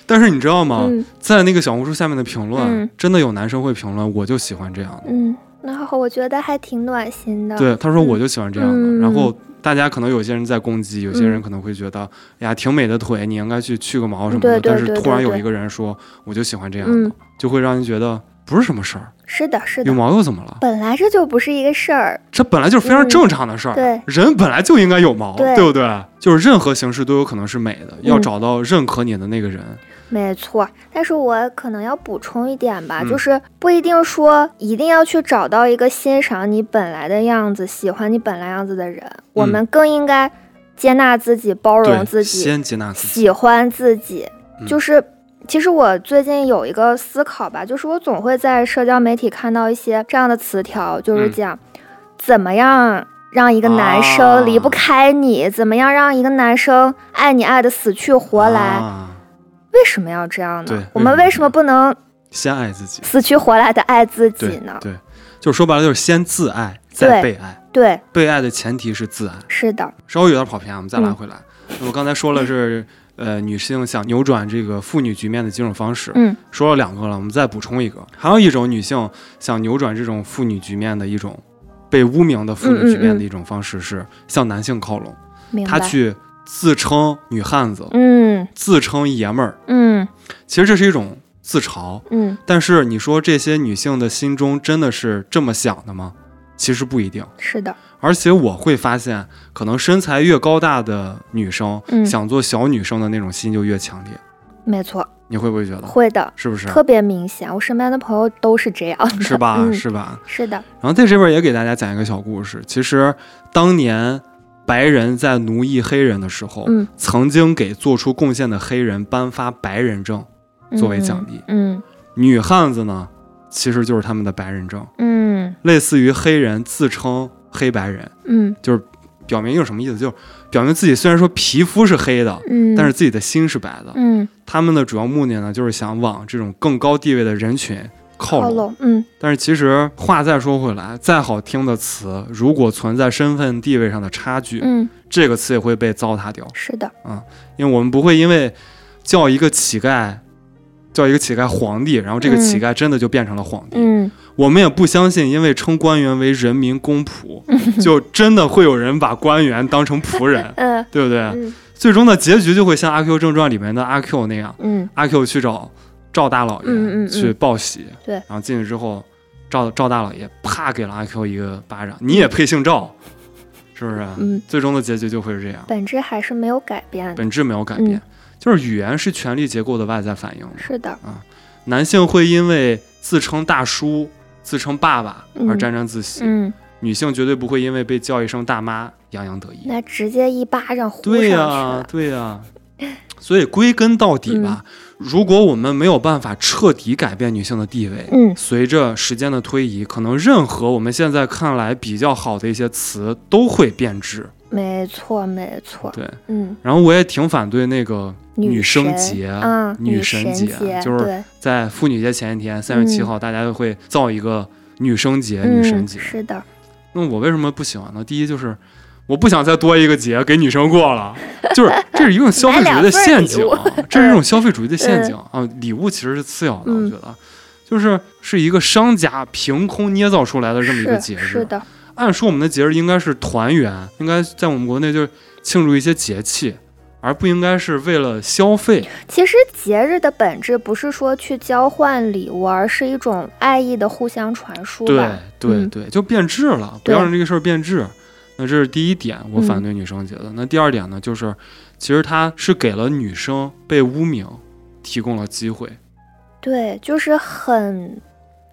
但是你知道吗？
嗯
在那个小红书下面的评论，
嗯
真的有男生会评论，我就喜欢这样的。
嗯，然后我觉得还挺暖心的。
对，他说
嗯
我就喜欢这样的。
嗯
然后大家可能有些人在攻击，有些人
嗯
可能会觉得，哎呀，挺美的腿，你应该去去个毛什么
对
的。
对
但是
对
突然
对
有
对
一个人说，我就喜欢这样的，
嗯
就会让人觉得不是什么事儿，
是的，是
有
的，
毛又怎么了？
本来这就不是一个事儿，
这本来就是非常正常的事儿、
嗯对
人本来就应该有毛，
对嗯
不对？就是任何形式都有可能是美的，要找到认可你的那个人。
没错，但是我可能要补充一点吧，
嗯
就是不一定说一定要去找到一个欣赏你本来的样子、喜欢你本来样子的人，我们更应该接纳自己、包容自
嗯对，
己、
先接纳自己。
喜欢自己。
嗯
就是，其实我最近有一个思考吧，就是我总会在社交媒体看到一些这样的词条，就是
嗯
讲、怎么样。让一个男
啊
生离不开你，怎么样让一个男生爱你爱的死去活来？
啊
为什么要这样
对
呢？我们
为
为
什
什
么
么不能
先爱自己，
死去活来的爱自己
对
呢？
对，就是说白了就是先自爱，
对
再被爱。
对，
被爱的前提是自爱。
是的，
稍微有点跑偏，我们再
嗯
拉回来。那我刚才说了是，呃，女性想扭转这个妇女局面的几种方式，
嗯，
说了两个了，我们再补充一个，还有一种女性想扭转这种妇女局面的一种被污名的妇女局面的一种方式是向男性靠拢，
嗯明
她
白。
去自称女汉子，
嗯
自称爷们儿，
嗯
其实这是一种自嘲。
嗯，
但是你说这些女性的心中真的是这么想的吗？其实不一定。
是的，
而且我会发现，可能身材越高大的女生，
嗯
想做小女生的那种心就越强烈。
没错，
你会不会觉得？
会的，
是不是？
特别明显。我身边的朋友都是这样的，
是吧？
嗯，
是吧？
是的，
然后在这边也给大家讲一个小故事。其实当年白人在奴役黑人的时候，
嗯
曾经给做出贡献的黑人颁发白人证作为奖励。
嗯
女汉子呢，其实就是他们的白人证，
嗯
类似于黑人自称黑白人，
嗯
表明一个什么意思？就是表明自己虽然说皮肤是黑的，
嗯，
但是自己的心是白的。
嗯
他们的主要目的呢，就是想往这种更高地位的人群靠
靠
拢。
拢，嗯
但是其实话再说回来，再好听的词，如果存在身份地位上的差距，
嗯，
这个词也会被糟蹋掉。
是的，
因为我们不会因为叫一个乞丐。叫一个乞丐皇帝，然后这个
嗯
乞丐真的就变成了皇帝。
嗯，
我们也不相信，因为称官员为人民公仆，就真的会有人把官员当成仆人
嗯
对不对？
嗯
最终的结局就会像《阿 Q 正传》里面的阿 Q 那样，
嗯
阿 Q 去找赵大老爷
嗯嗯嗯
去报喜，
对
然后进去之后，赵赵大老爷啪给了阿 Q 一个巴掌，你也配姓赵，是不是？
嗯，
最终的结局就会是这样，
本质还是没有改变的，
本质没有改变，
嗯
就是语言是权力结构的外在反应嘛。
是的，
男性会因为自称大叔、自称爸爸而
嗯
沾沾自喜，
嗯，
女性绝对不会因为被叫一声大妈洋洋得意。
那直接一巴掌呼上
对
去
呀、
了，嗯
对呀、所以归根到底吧，如果我们没有办法彻底改变女性的地位，
嗯
随着时间的推移，可能任何我们现在看来比较好的一些词都会变质。
没错没错，
对，
嗯，
然后我也挺反对那个女
神
生节、
啊，
女
神
神节就是哎
对
在妇女节前一天，三十七
嗯
号，大家就会造一个女生节、
嗯
女神节。
是的，
那我为什么不喜欢呢？第一就是我不想再多一个节给女生过了，就是这是一种消费主义的陷阱啊，这是一种 消费主义的陷阱啊。礼物其实是次要的，我
嗯
觉得，就是是一个商家凭空捏造出来的这么一个节
是
日啊
是。的，
按说我们的节日应该是团圆，应该在我们国内就是庆祝一些节气。而不应该是为了消费，
其实节日的本质不是说去交换礼物，而是一种爱意的互相传输
对
吧。
对
嗯
对，就变质了，不
对
要让这个事儿变质。那这是第一点，我反
嗯
对女生节的。那第二点呢，就是其实它是给了女生被污名提供了机会。
对就是很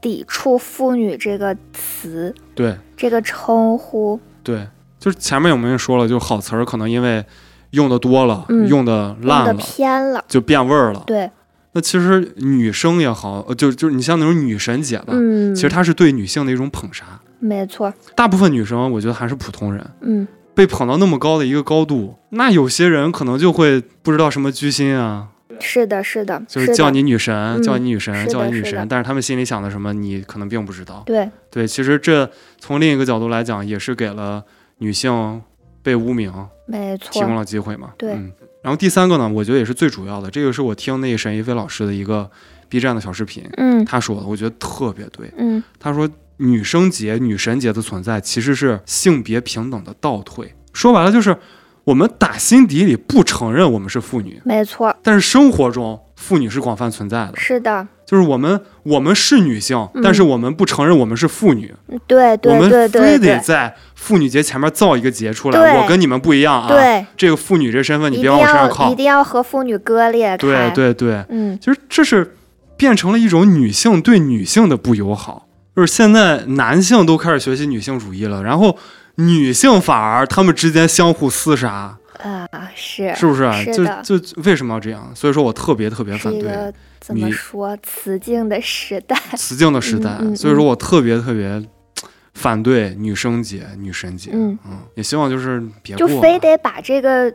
抵触“妇女”这个词，
对
这个称呼。
对，就是前面我们也说了，就是好词儿可能因为用的多了，
嗯
用的
用
烂
的
了，啊
偏了。
就变味儿了。
对，
那其实女生也好，呃就就是你像那种女神节吧，
嗯，
其实它是对女性的一种捧杀。
没错，
大部分女生我觉得还是普通人，
嗯，
被捧到那么高的一个高度，那有些人可能就会不知道什么居心啊，
是的，是的，
就是是
的
叫你女神，
嗯
叫你女神，
是的
叫你女
是
神
的，
但是他们心里想的什么，你可能并不知道。
对，
对，其实这从另一个角度来讲，也是给了女性被污名
没
提供
错，
了机会嘛。
对
嗯。然后第三个呢，我觉得也是最主要的，这个是我听那沈一菲老师的一个 B 站的小视频，
嗯
她说的，我觉得特别对。
嗯，
他说，女生节、女神节的存在其实是性别平等的倒退。说白了就是，我们打心底里不承认我们是妇女，
没错，
但是生活中妇女是广泛存在的。
是的，
就是我们我们是女性，但是我们不承认我们是妇女，
对嗯对
我
对
们非得
对对
在妇女节前面造一个节出来。
对
我跟你们不一样啊，
对，
这个妇女这身份你
一
别
定
往我身上
要
靠
一。定要和妇女割裂开。
对，对对，
嗯，
就是这是变成了一种女性对女性的不友好，就是现在男性都开始学习女性主义了，然后女性反而他们之间相互厮杀，
啊，是
是不是？
是的
就就为什么要这样？所以说我特别特别
是
反
一
对啊
个怎么
你
说雌竞的时代。
雌竞的时代，
嗯嗯嗯
所以说我特别特别。反对女生节、女神节，
嗯
也希望就是别
就
过了，
非得把这个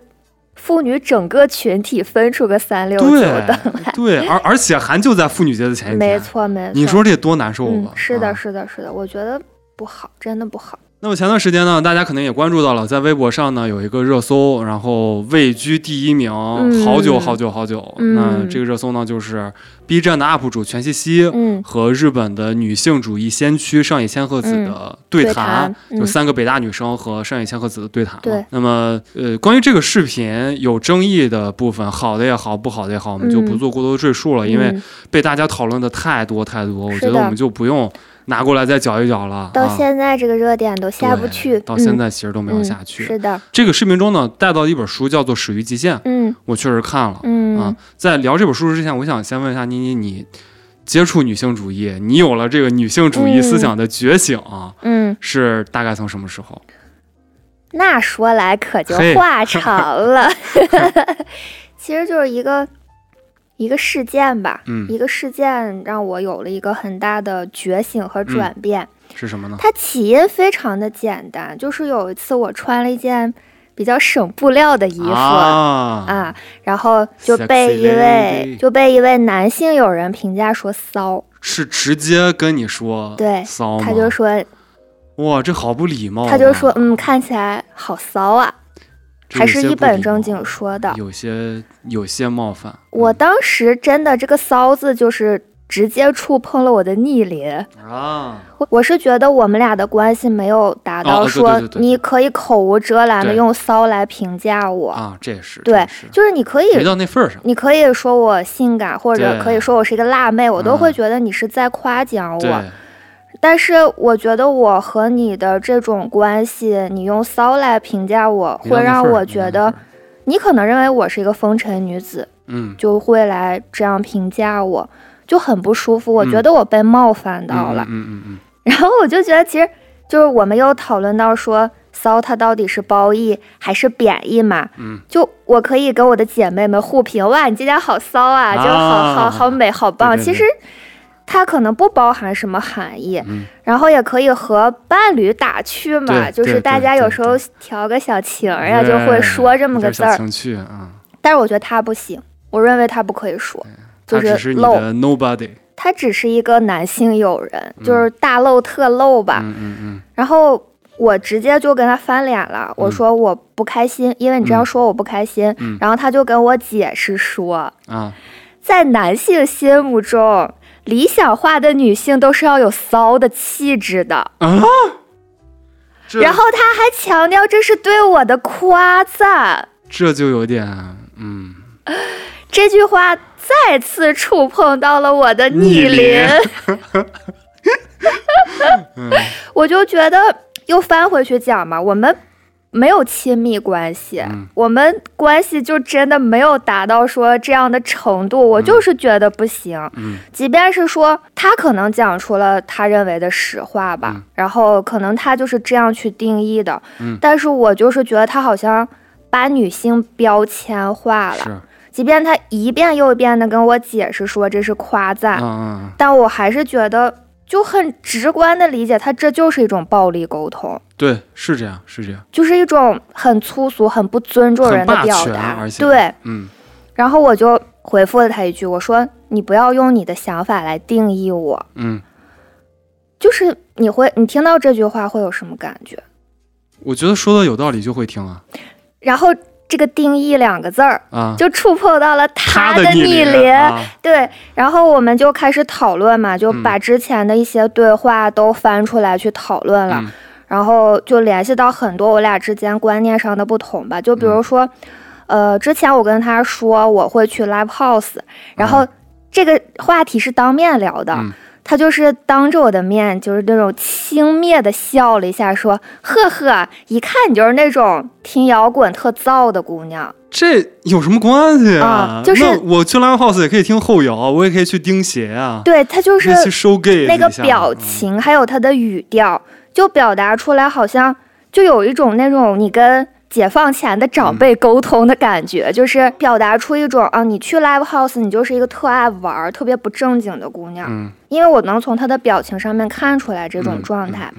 妇女整个群体分出个三六九
对
的，
对，而而且还就在妇女节的前一天，
没错没错。
你说这多难受
嗯
吧？，
是的，
啊
是的，是的，我觉得不好，真的不好。
那么前段时间呢，大家可能也关注到了，在微博上呢有一个热搜，然后位居第一名，
嗯
好久好久好久。
嗯
那这个热搜呢，就是 B 站的 UP 主全西西
嗯
和日本的女性主义先驱上野千鹤子的对
对谈嗯
就三个北大女生和上野千鹤子的对谈嘛。
对
那么呃，关于这个视频有争议的部分，好的也好，不好的也好，我们就
嗯
不做过多的赘述了，因为
嗯
被大家讨论的太多太多，我
是
觉得
的
我们就不用拿过来再搅一搅了。
到
啊
现在这个热点都下不
对
去，
到现
嗯
在其实都没有下去。
嗯是的，
这个视频中呢，带到一本书叫做《始于极限》，
嗯
我确实看了。
嗯、
啊，在聊这本书之前，我想先问一下妮妮，你接触女性主义，你有了这个女性主义思想的觉醒啊，
嗯，
是大概从什么时候？
那说来可就
嘿
话长 了，其实就是一个一个事件吧，
嗯
一个事件让我有了一个很大的觉醒和转变。
是什么呢？
它起因非常的简单，就是有一次我穿了一件比较省布料的衣服。
啊，
啊，然后就
Sexy
被一位
lady
就被一位男性友人评价说骚，
是直接跟你说
对
骚哦吗？
他就说
哇，这好不礼貌啊。
他就说嗯，看起来好骚啊，
这
还
有
是
些
一
不
本
礼
正
貌
经说的。
有些有些冒犯。
我当时真的这个骚字就是直接触碰了我的逆鳞，
啊，
我我是觉得我们俩的关系没有达
哦
到
对
说
对对对
你可以口无遮拦的
对
用骚来评价我，
啊，这也是
对
这也是，
就是你可以
没到那份儿上。
你可以说我性感，或者
对
可以说我是一个辣妹，我都
嗯
会觉得你是在夸奖我。
对，
但是我觉得我和你的这种关系，你用骚来评价我，
没到那
会让
份儿
我
没到
觉
那
得
份儿
你可能认为我是一个风尘女子，
嗯，
就会来这样评价我，就很不舒服。我
嗯
觉得我被冒犯到了，
嗯嗯嗯嗯
然后我就觉得其实就是我们又讨论到说。骚它到底是褒义还是贬义嘛？
嗯，
就我可以跟我的姐妹们互评，哇，你今天好骚啊，就好好
啊
好美，好
对
棒。
对
其实它可能不包含什么含义，
嗯
然后也可以和伴侣打趣嘛，
对
就是
对
大
对
家有
对
时候调个小情儿呀，
对
就会说这么
有
个
点
字儿
小。情趣啊，
但是我觉得他不行，我认为他不可以说，就
它嗯只是你
漏。
的 nobody。
他只是一个男性友人，就是大漏特漏吧。
嗯嗯嗯，
然后我直接就跟他翻脸了，我说我不开心，因为你这样说我不开心。
嗯
然后他就跟我解释说，
啊，
在男性心目中，理想化的女性都是要有骚的气质的。
啊这
然后他还强调这是对我的夸赞。
这就有点嗯，
这句话再次触碰到了我的逆
逆
鳞
鳞，
我就觉得又翻回去讲嘛，我们没有亲密关系，
嗯
我们关系就真的没有达到说这样的程度，我就是觉得不行。
嗯
即便是说他可能讲出了他认为的实话吧，
嗯
然后可能他就是这样去定义的，
嗯
但是我就是觉得他好像把女性标签化了。
是，
即便他一遍又一遍的跟我解释说这是夸赞，
嗯嗯，
但我还是觉得就很直观的理解，他这就是一种暴力沟通，
对，是这样，是这样，
就是一种很粗俗、很不尊重人
很
的
霸
表
权，
达
而。且
对，，
嗯
然后我就回复了他一句，我说你不要用你的想法来定义我，
嗯，
就是你会，你听到这句话会有什么感觉？
我觉得说的有道理就会听啊
然后这个“定义”两个字儿
啊，
就触碰到了
他
他的逆
逆
鳞。
啊
对，然后我们就开始讨论嘛，就
嗯
把之前的一些对话都翻出来去讨论了，
嗯
然后就联系到很多我俩之间观念上的不同吧，
嗯
就比如说，呃，之前我跟他说我会去 live house，然后这个话题是当面聊的。
嗯
他就是当着我的面，就是那种轻蔑的笑了一下，说：“呵呵，一看你就是那种听摇滚特燥的姑娘。
这有什么关系
啊就是
那我去 live house 也可以听后摇，我也可以去钉鞋啊”，
对他就是
也可以去收 gay
那个
一下嗯
表，情，还有他的语调，就表达出来，好像就有一种那种你跟解放前的长
嗯
辈沟通的感觉，就是表达出一种啊，你去 live house，你就是一个特爱玩儿、特别不正经的姑娘。
嗯，
因为我能从她的表情上面看出来这种
嗯
状态，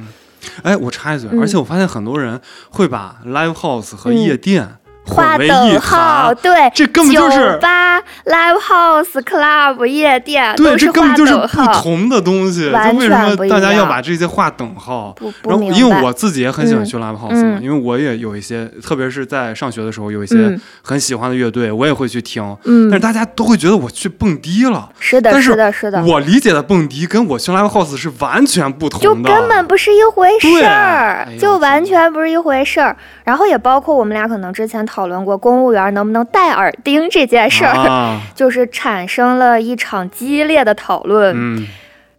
哎，我插一嘴，
嗯
而且我发现很多人会把 live house 和夜店
画
混为一
等号，
谈，
对，
啊这根本就是
酒吧、live house、club、夜店，
对，
都是
这根
画
本就是
等
不
号。
同的东西。就
完全
为什么
不一
大家要
样
把这些划等号？
不不
然后，
明白，
因为我自己也很喜欢
嗯
去 live house 嘛，
嗯
因为我也有一些，特别是在上学的时候，有一些
嗯
很喜欢的乐队，我也会去听。但是
嗯，
大家都会觉得我去蹦迪了，
是的，
但是
是的，是的，
我理解的蹦迪跟我去 live house 是完全不同的，
就根本不是一回
对
事儿
哎，呦
就完全不是一回事儿。然后也包括我们俩可能之前讨论过公务员能不能戴耳钉这件事儿，
啊，
就是产生了一场激烈的讨论。
嗯，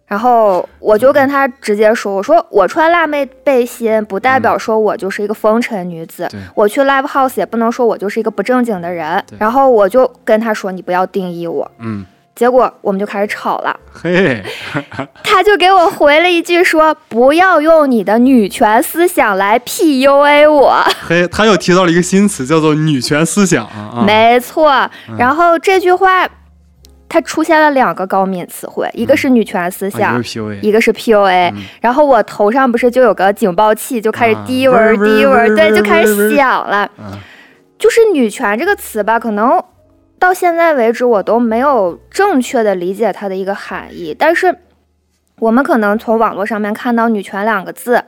然后我就跟他直接说：“我说我穿辣妹背心，不代表说我就是一个风尘女子。
嗯对
我去 live house 也不能说我就是一个不正经的人。
对”
然后我就跟他说：“你不要定义我。
嗯，”
结果我们就开始吵了。
嘿，
他就给我回了一句说：“不要用你的女权思想来 PUA
啊
我。
嘿，他又提到了一个新词，叫做女权思想啊，啊
没错，
嗯
然后这句话它出现了两个高敏词汇，一个是女权思
啊
想
一个。是 PUA，
一个是 PUA，、
嗯
然后我头上不是就有个警报器，就开始
啊
低文儿
嗡嗡
低文儿，
嗡
对，
嗡
就开
嗡
始
嗡
响了。
嗯
就是女权这个词吧，可能到现在为止我都没有正确的理解它的一个含义，但是我们可能从网络上面看到“女权”两个字，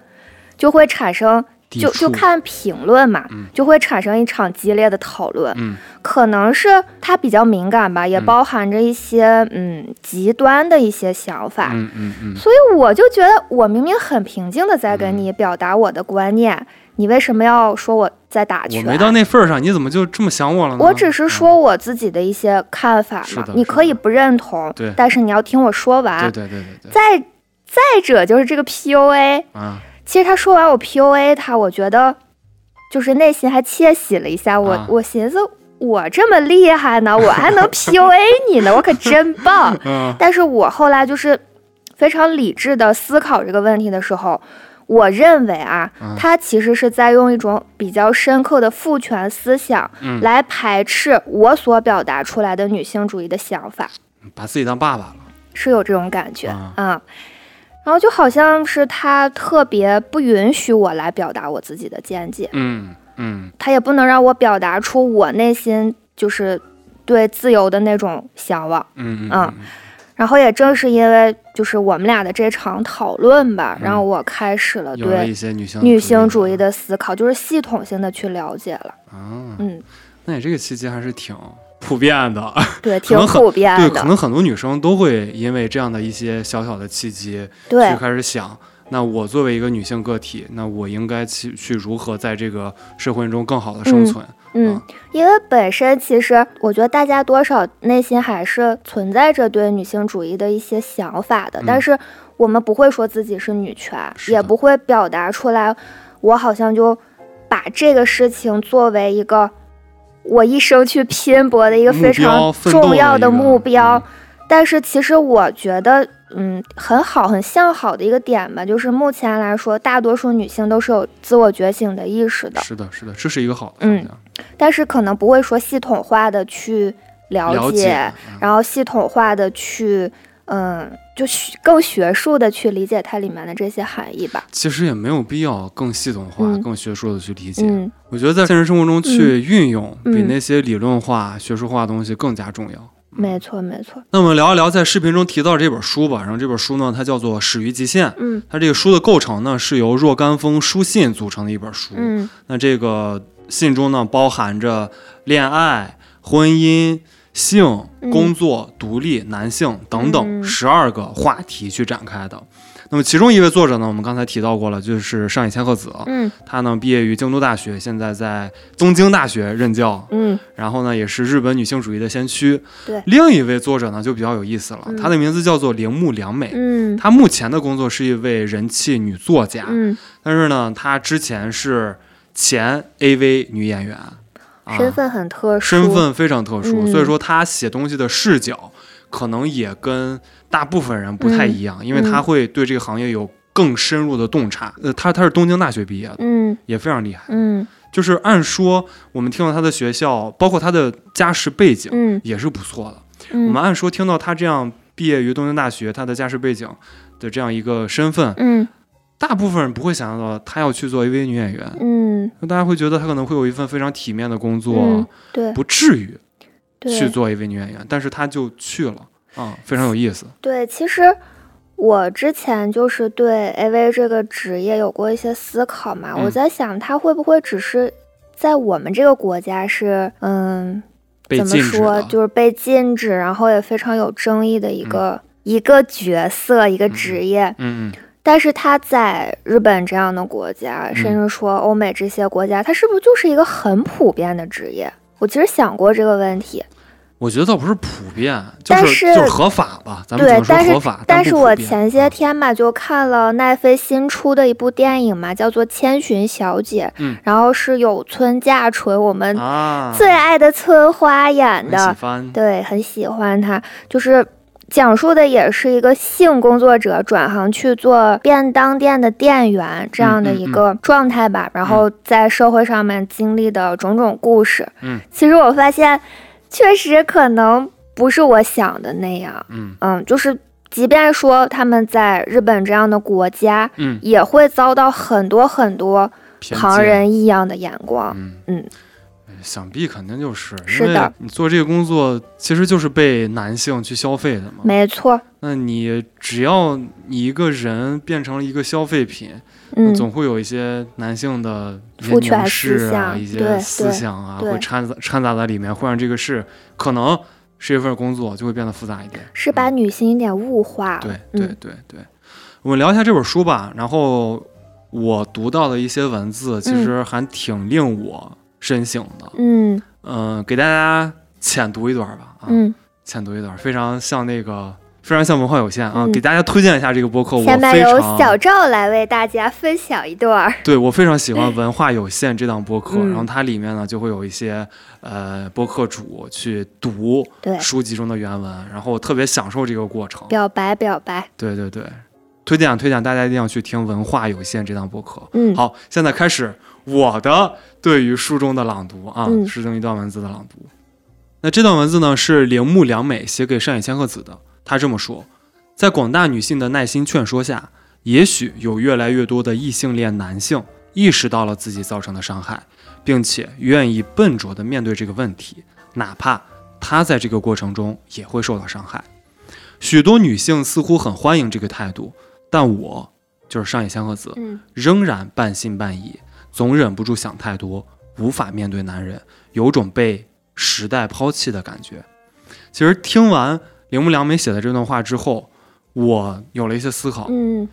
就会产生
抵
就就
触
看评论嘛，
嗯
就会产生一场激烈的讨论。
嗯
可能是它比较敏感吧，也
嗯
包含着一些嗯极端的一些想法。
嗯嗯嗯，
所以我就觉得，我明明很平静的在跟你表达我的观念，你为什么要说我在打
我
拳？
没到那份儿上，你怎么就这么想我了呢？
啊
嗯
我只是说我自己的一些看法
是
嘛
的，
你
是
可以
的
不认同
对，
但是你要听我说
嗯，对
完。
对对对对，
再再者就是这个 PUA，
啊，
其实他说完我 PUA 他，我觉得就是内心还窃喜了一下，我、
啊
我寻思我这么厉害呢，我还能 PUA 你呢，我可真棒。
嗯
但是我后来就是非常理智的思考这个问题的时候，我认为啊
嗯，
他其实是在用一种比较深刻的父权思想
嗯
来排斥我所表达出来的女性主义的想法，
把自己当爸爸了，
是有这种感觉
啊
啊、嗯然后就好像是他特别不允许我来表达我自己的见解，
嗯嗯
他也不能让我表达出我内心就是对自由的那种向往。
嗯嗯
啊然后也正是因为就是我们俩的这场讨论吧，让我开始了
嗯嗯，有了
对
一些女性
女性主义
的
的思考，就是系统性的去了解了。
啊，
嗯，
那你这个契机还是挺普遍的，
对，
可
挺
能很
普遍
对，可
的。
能很多女生都会因为这样的一些小小的契机，
对
去，开始想，那我作为一个女性个体，那我应该去去如何在这个社会中更好的生存？
嗯
啊，
因为本身其实我觉得大家多少内心还是存在着对女性主义的一些想法的，但是我们不会说自己是女权，
嗯是的
也不会表达出来，我好像就把这个事情作为一个我一生去拼搏的一个
目
非
标
常
奋斗的
重要
一个
的目标
嗯。
但是其实我觉得，嗯，很好，很向好的一个点吧，就是目前来说，大多数女性都是有自我觉醒的意识的，
是的，是的，这是一个好的
嗯
方向，
但是可能不会说系统化的去了解，
了解啊。
然后系统化的去，嗯，就学更学术的去理解它里面的这些含义吧。
其实也没有必要更系统化、
嗯
更学术的去理解。
嗯，
我觉得在现实生活中去运用，
嗯
比那些理论化、学术化的东西更加重要。
没错，没错。
那我们聊一聊在视频中提到这本书吧。然后这本书呢，它叫做《始于极限》。
嗯
它这个书的构成呢，是由若干封书信组成的一本书。
嗯
那这个信中呢，包含着恋爱、婚姻、性、
嗯
工作、独立、男性等等
嗯
十二个话题去展开的。那么，其中一位作者呢，我们刚才提到过了，就是上野千鹤子，
嗯
她呢毕业于京都大学，现在在东京大学任教，
嗯
然后呢也是日本女性主义的先驱。
对
另一位作者呢就比较有意思了，
嗯
她的名字叫做铃木良美，
嗯
她目前的工作是一位人气女作家，
嗯，
但是呢，她之前是前 AV 女演员，啊、
身份很特殊，
身份非常特殊，
嗯
所以说她写东西的视角可能也跟大部分人不太一
嗯
样，因为她会对这个行业有更深入的洞察。呃，她她是东京大学毕业的，
嗯
也非常厉害。
嗯
就是按说我们听到她的学校，包括她的家世背景、
嗯
也是不错的。我
嗯
们按说听到她这样毕业于东京大学，她的家世背景的这样一个身份，
嗯
大部分人不会想到她要去做 AV 女演员，
嗯，
大家会觉得她可能会有一份非常体面的工作，
嗯对
不至于。去
对
做一位女演员，但是她就去了啊、非常有意思。
对，其实。我之前就是对 AV 这个职业有过一些思考嘛，我
嗯
在想它会不会只是在我们这个国家是嗯
被
怎么
禁止
说
了，
就是被禁止，然后也非常有争议的一个、一个角色一个职业。
嗯
但是它在日本这样的国家，甚
嗯
至说欧美这些国家，它是不是就是一个很普遍的职业？我其实想过这个问题，
嗯，我觉得倒不是普遍，就
但
是
是
就是合法吧，咱们只
对
能，
但
说合
是
法，
但
不
是
普
我
遍啊
前些天吧，就看了奈飞新出的一部电影嘛，叫做《千寻小姐》，
嗯
然后是有村架纯我们
啊，
最爱的村花演
很
的，
喜欢，
对，很喜欢他，就是讲述的也是一个性工作者转行去做便当店的店
嗯
员这样的一个状态吧，然后在社会上面经历的种种故事。
嗯，
其实我发现，确实可能不是我想的那样。
嗯
嗯，就是即便说他们在日本这样的国家，
嗯，
也会遭到很多很多
偏
旁
见，
人异样的眼光。
嗯
嗯，
想必肯定就是，
是
因为
的
你做这个工作其实就是被男性去消费的嘛。
没错，
那你只要你一个人变成了一个消费品，
嗯，
呃总会有一些男性的一些
父权
凝
思
视啊，
想
一些
对
思
对
想啊，
对
会掺杂掺杂在里面，会让这个事可能是一份工作，就会变得复杂一点。
是把女性一点物化了。
嗯对对
嗯
对对，我们聊一下这本书吧。然后我读到的一些文字，其实还挺令我深省的。
嗯
嗯、给大家浅读一段吧。啊，
嗯，
浅读一段，非常像那个，非常像文化有限啊。
嗯
给大家推荐一下这个播客，我
下面
非
由
常
小赵来为大家分享一段儿。
对我非常喜欢《文化有限》这档播客，
哎嗯
然后它里面呢就会有一些呃播客主去读
对，
书籍中的原文，然后我特别享受这个过程。
表白表白。
对对对，推荐啊推荐大家一定要去听《文化有限》这档播客。
嗯，
好，现在开始我的对于书中的朗读啊，
嗯
是这么一段文字的朗读。那这段文字呢是铃木良美写给上野千鹤子的，她这么说：在广大女性的耐心劝说下，也许有越来越多的异性恋男性意识到了自己造成的伤害，并且愿意笨拙地面对这个问题，哪怕他在这个过程中也会受到伤害。许多女性似乎很欢迎这个态度，但我就是上野千鹤子，
嗯
仍然半信半疑，总忍不住想太多，无法面对男人，有种被时代抛弃的感觉。其实听完铃木良美写的这段话之后，我有了一些思考。
嗯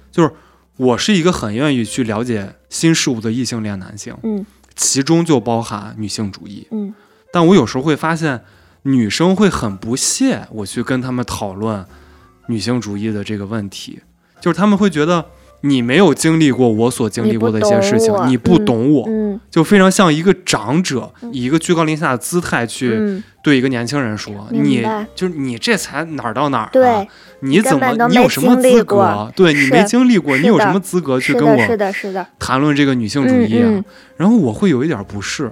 我是一个很愿意去了解新事物的异性恋男性，
嗯
其中就包含女性主义。
嗯
但我有时候会发现，女生会很不屑我去跟他们讨论女性主义的这个问题，就是他们会觉得你没有经历过我所经历过的一些事情，你
你
不
不懂我
懂我，
嗯
就非常像一个长者
嗯
以一个居高临下的姿态去
嗯，
对一个年轻人说：“
明
你
白
就是你这才哪儿到哪儿、啊？
对，
你怎
根本
么
都
你有
没
什么
经历
资格
过？
对你
是
没经历过，
是
你有
的
什么资格去
是
跟
的，是
我
的，是的。
谈论这个女性主
嗯
义啊？”
嗯
然后我会有一点不适，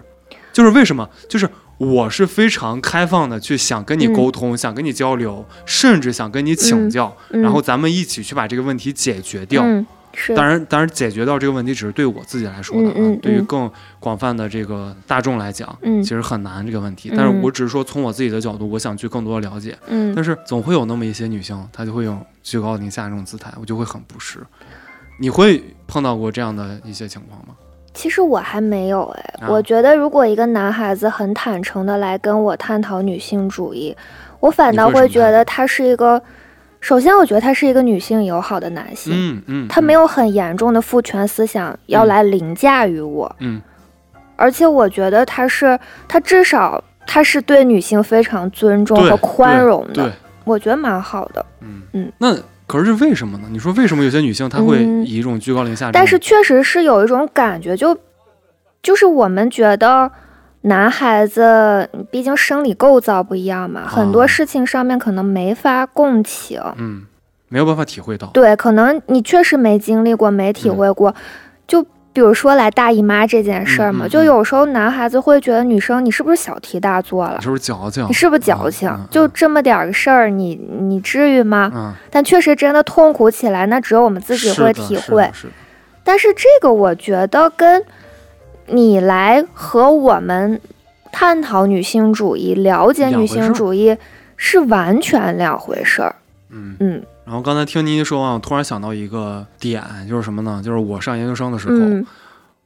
就是为什么？就是我是非常开放的去想跟你沟通，想跟你交流，甚至想跟你请
嗯
教，
嗯，
然后咱们一起去把这个问题解决掉。
嗯是
当然，当然，解决到这个问题只是对我自己来说的啊，
嗯嗯
对于
嗯
更广泛的这个大众来讲，
嗯
其实很难这个问题。
嗯
但是我只是说从我自己的角度，我想去更多的了解。
嗯
但是总会有那么一些女性，她就会有居高临下这种姿态，我就会很不适。你会碰到过这样的一些情况吗？
其实我还没有哎，
啊
我觉得如果一个男孩子很坦诚的来跟我探讨女性主义，我反
你
倒
会
会
什么
觉
态
得他是一个，首先我觉得他是一个女性友好的男性，
嗯嗯，
他
嗯
没有很严重的父权思想要
嗯
来凌驾于我，
嗯
而且我觉得他是他至少他是对女性非常尊重
对
和宽
对
容
对
的，，我觉得蛮好的。
那可是为什么呢？你说为什么有些女性她会
嗯
以一种居高临下这种？
但是确实是有一种感觉就，就是我们觉得男孩子毕竟生理构造不一样嘛，很多
啊
事情上面可能没法共情。
嗯，没有办法体会到。
对，可能你确实没经历过，没体
嗯
会过。就比如说来大姨妈这件事儿嘛，
嗯嗯
就
嗯
有时候男孩子会觉得女生你是不是小题大做了
你？是不是矫情？
你是不是矫情？
啊嗯嗯
就这么点儿个事儿，你你至于吗？
嗯，
但确实真的痛苦起来，那只有我们自己
是
会
的
体
是
会
的。是的
但是这个我觉得跟你来和我们探讨女性主义、了解
两回
女
事
性
儿
主义是完全两回事儿。
嗯。
嗯
然后刚才听您一说啊，我突然想到一个点，就是什么呢？就是我上研究生的时候，
嗯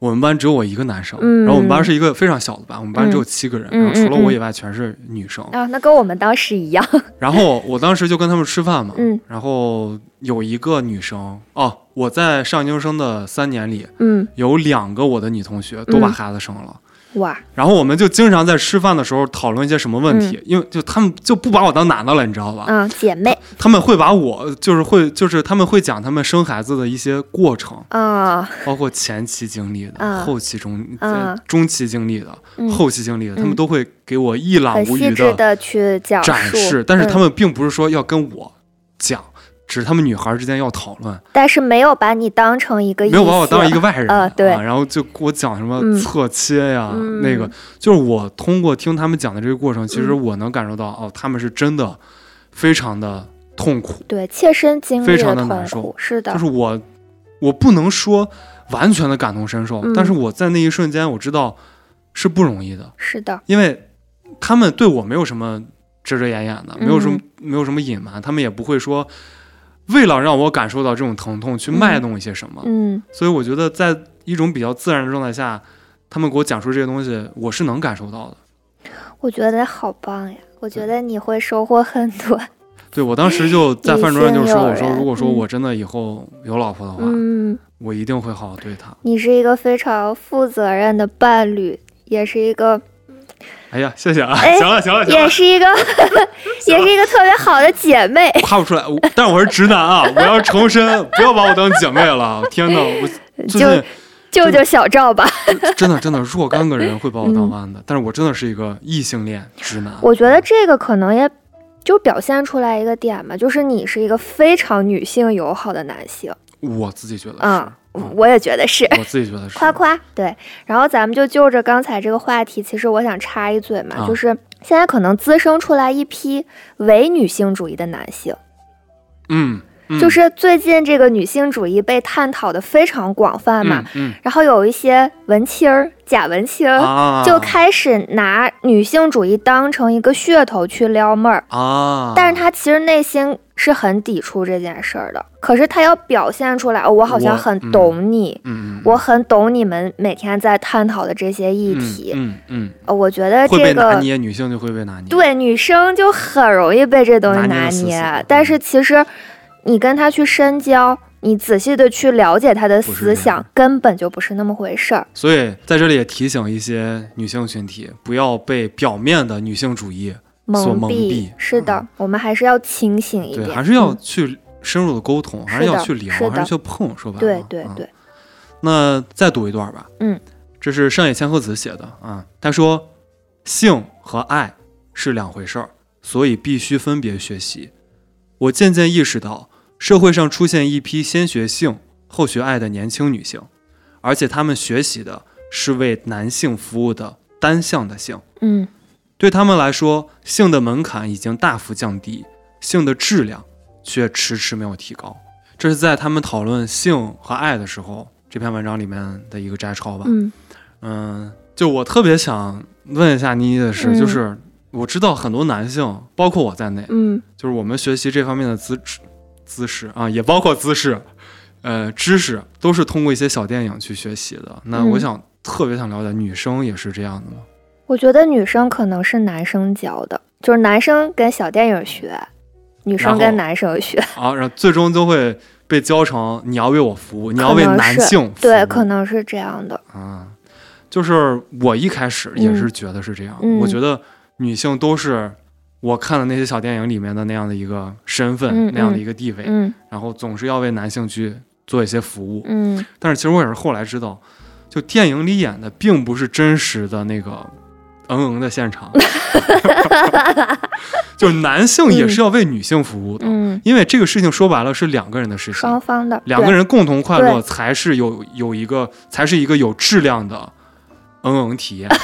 我们班只有我一个男生，
嗯
然后我们班是一个非常小的班，我们班只有七个人，
嗯
然后除了我以外全是女生。
啊，那跟我们当时一 样。
然后我当时就跟他们吃饭嘛，
嗯
然后有一个女生哦，我在上研究生的三年里，
嗯，
有两个我的女同学都把
嗯
孩子生了。
哇，
然后我们就经常在吃饭的时候讨论一些什么问题，因为就他们就不把我当男的了，你知道吧？
嗯啊，姐妹
他们会把我就是会就是他们会讲他们生孩子的一些过程，
啊，
包括前期经历的、
啊
后期中、
啊
中期经历的、
嗯
后期经历的，他
嗯
们都会给我一览
很
无
细
余
致
地
的去讲
展
述，
示，但是他
嗯、
们并不是说要跟我讲，只是他们女孩之间要讨论，
但是没有把你当成一个
没有把我
异性
当一个外人
呃
啊
对
然后就给我讲什么
嗯
侧切呀，
嗯
那个就是我通过听他们讲的这个过程，其实我能感受到哦，他们是真的非常的痛苦，
对切身经
非
历
常
的
地
痛
难
苦，是的，
就是我我不能说完全的感同身受，
嗯
但是我在那一瞬间我知道是不容易的，
是的，
因为他们对我没有什么遮遮掩掩的，
嗯
没有什么、没有什么隐瞒，他们也不会说为了让我感受到这种疼痛去
嗯
卖弄一些什么，
嗯
所以我觉得在一种比较自然的状态下，他们给我讲述这些东西，我是能感受到的。
我觉得好棒呀！我觉得你会收获很多。
对我当时就在饭桌上就说，我
理性友
说
人
如果说
嗯
我真的以后有老婆的话，
嗯，
我一定会好好对她。
你是一个非常负责任的伴侣，也是一个，
哎呀，谢谢啊！
哎
行了行了行
也
了，
是一个，也是一个特别好的姐妹。
夸不出来，我 但是我是直男啊！我要重申，不要把我当姐妹了。天哪，我最近
就救救小赵吧！
真的真的若干个 人
嗯
会把我当弯的，但是我真的是一个异性恋直男。
我觉得这个可能也就表现出来一个点嘛，就是你是一个非常女性友好的男性。
我自己觉得
嗯
是，嗯，
我也觉得是。
我自己觉得是。
夸夸，对。然后咱们就就着刚才这个话题，其实我想插一嘴嘛，
啊
就是现在可能滋生出来一批伪女性主义的男性，
嗯，嗯
就是最近这个女性主义被探讨的非常广泛嘛，
嗯
然后有一些文青儿、假文青
嗯
儿、
啊，
就开始拿女性主义当成一个噱头去撩妹儿，
啊，
但是他其实内心是很抵触这件事儿的，可是他要表现出来，哦我好像
我
很
嗯
懂你，
嗯嗯，嗯
我很懂你们每天在探讨的这些议题，
嗯嗯
呃我觉得
嗯，会被
这
拿
个
捏，女性就会被拿捏。，
对女生就很容易被这东西
拿捏
拿
得死死
捏，啊
的嗯
但是其实你跟他去深交，你仔细的去了解他的
不是这
思
样
想，根本就不是那么回事儿。
所以在这里也提醒一些女性群体，不要被表面的女性主义，所蒙蔽嗯
是的，我们还是要清醒一
对，
点，
还是要
嗯
去深入的沟通，还是
是
要
的
去聊，
是的
还是去碰，说白了，
对对
嗯
对，
那再读一段吧。
嗯，
这是上野千鹤子写的啊。他说，性和爱是两回事儿，所以必须分别学习。我渐渐意识到，社会上出现一批先学性后学爱的年轻女性，而且她们学习的是为男性服务的单向的性。
嗯
对她们来说，性的门槛已经大幅降低，性的质量却迟迟没有提高。这是在他们讨论性和爱的时候，这篇文章里面的一个摘抄吧。
嗯
嗯，就我特别想问一下妮妮的是，
嗯
就是我知道很多男性，包括我在内，
嗯
就是我们学习这方面的资知姿势啊，也包括姿势，呃知识都是通过一些小电影去学习的。那
嗯
我想、特别想了解，女生也是这样的吗？
我觉得女生可能是男生教的，就是男生跟小电影学，女
然
生
后
跟男生学，
啊，然后最终都会被教成你要为我服务，你要为
可能
男
是
性服务。
对，可能是这样的。
啊，就是我一开始也是觉得是这样，
嗯
我觉得女性都是我看的那些小电影里面的那样的一个身份，
嗯
那样的一个地位，
嗯
然后总是要为男性去做一些服务。
嗯
但是其实我也是后来知道，就电影里演的并不是真实的那个嗯嗯的现 场，就是男性也是要为女性服务的，
嗯，
因为这个事情说白了是两个人的事情，
双方的
两个
人
人共同快乐
对
才是有有一个才是一个有质量的嗯嗯体验。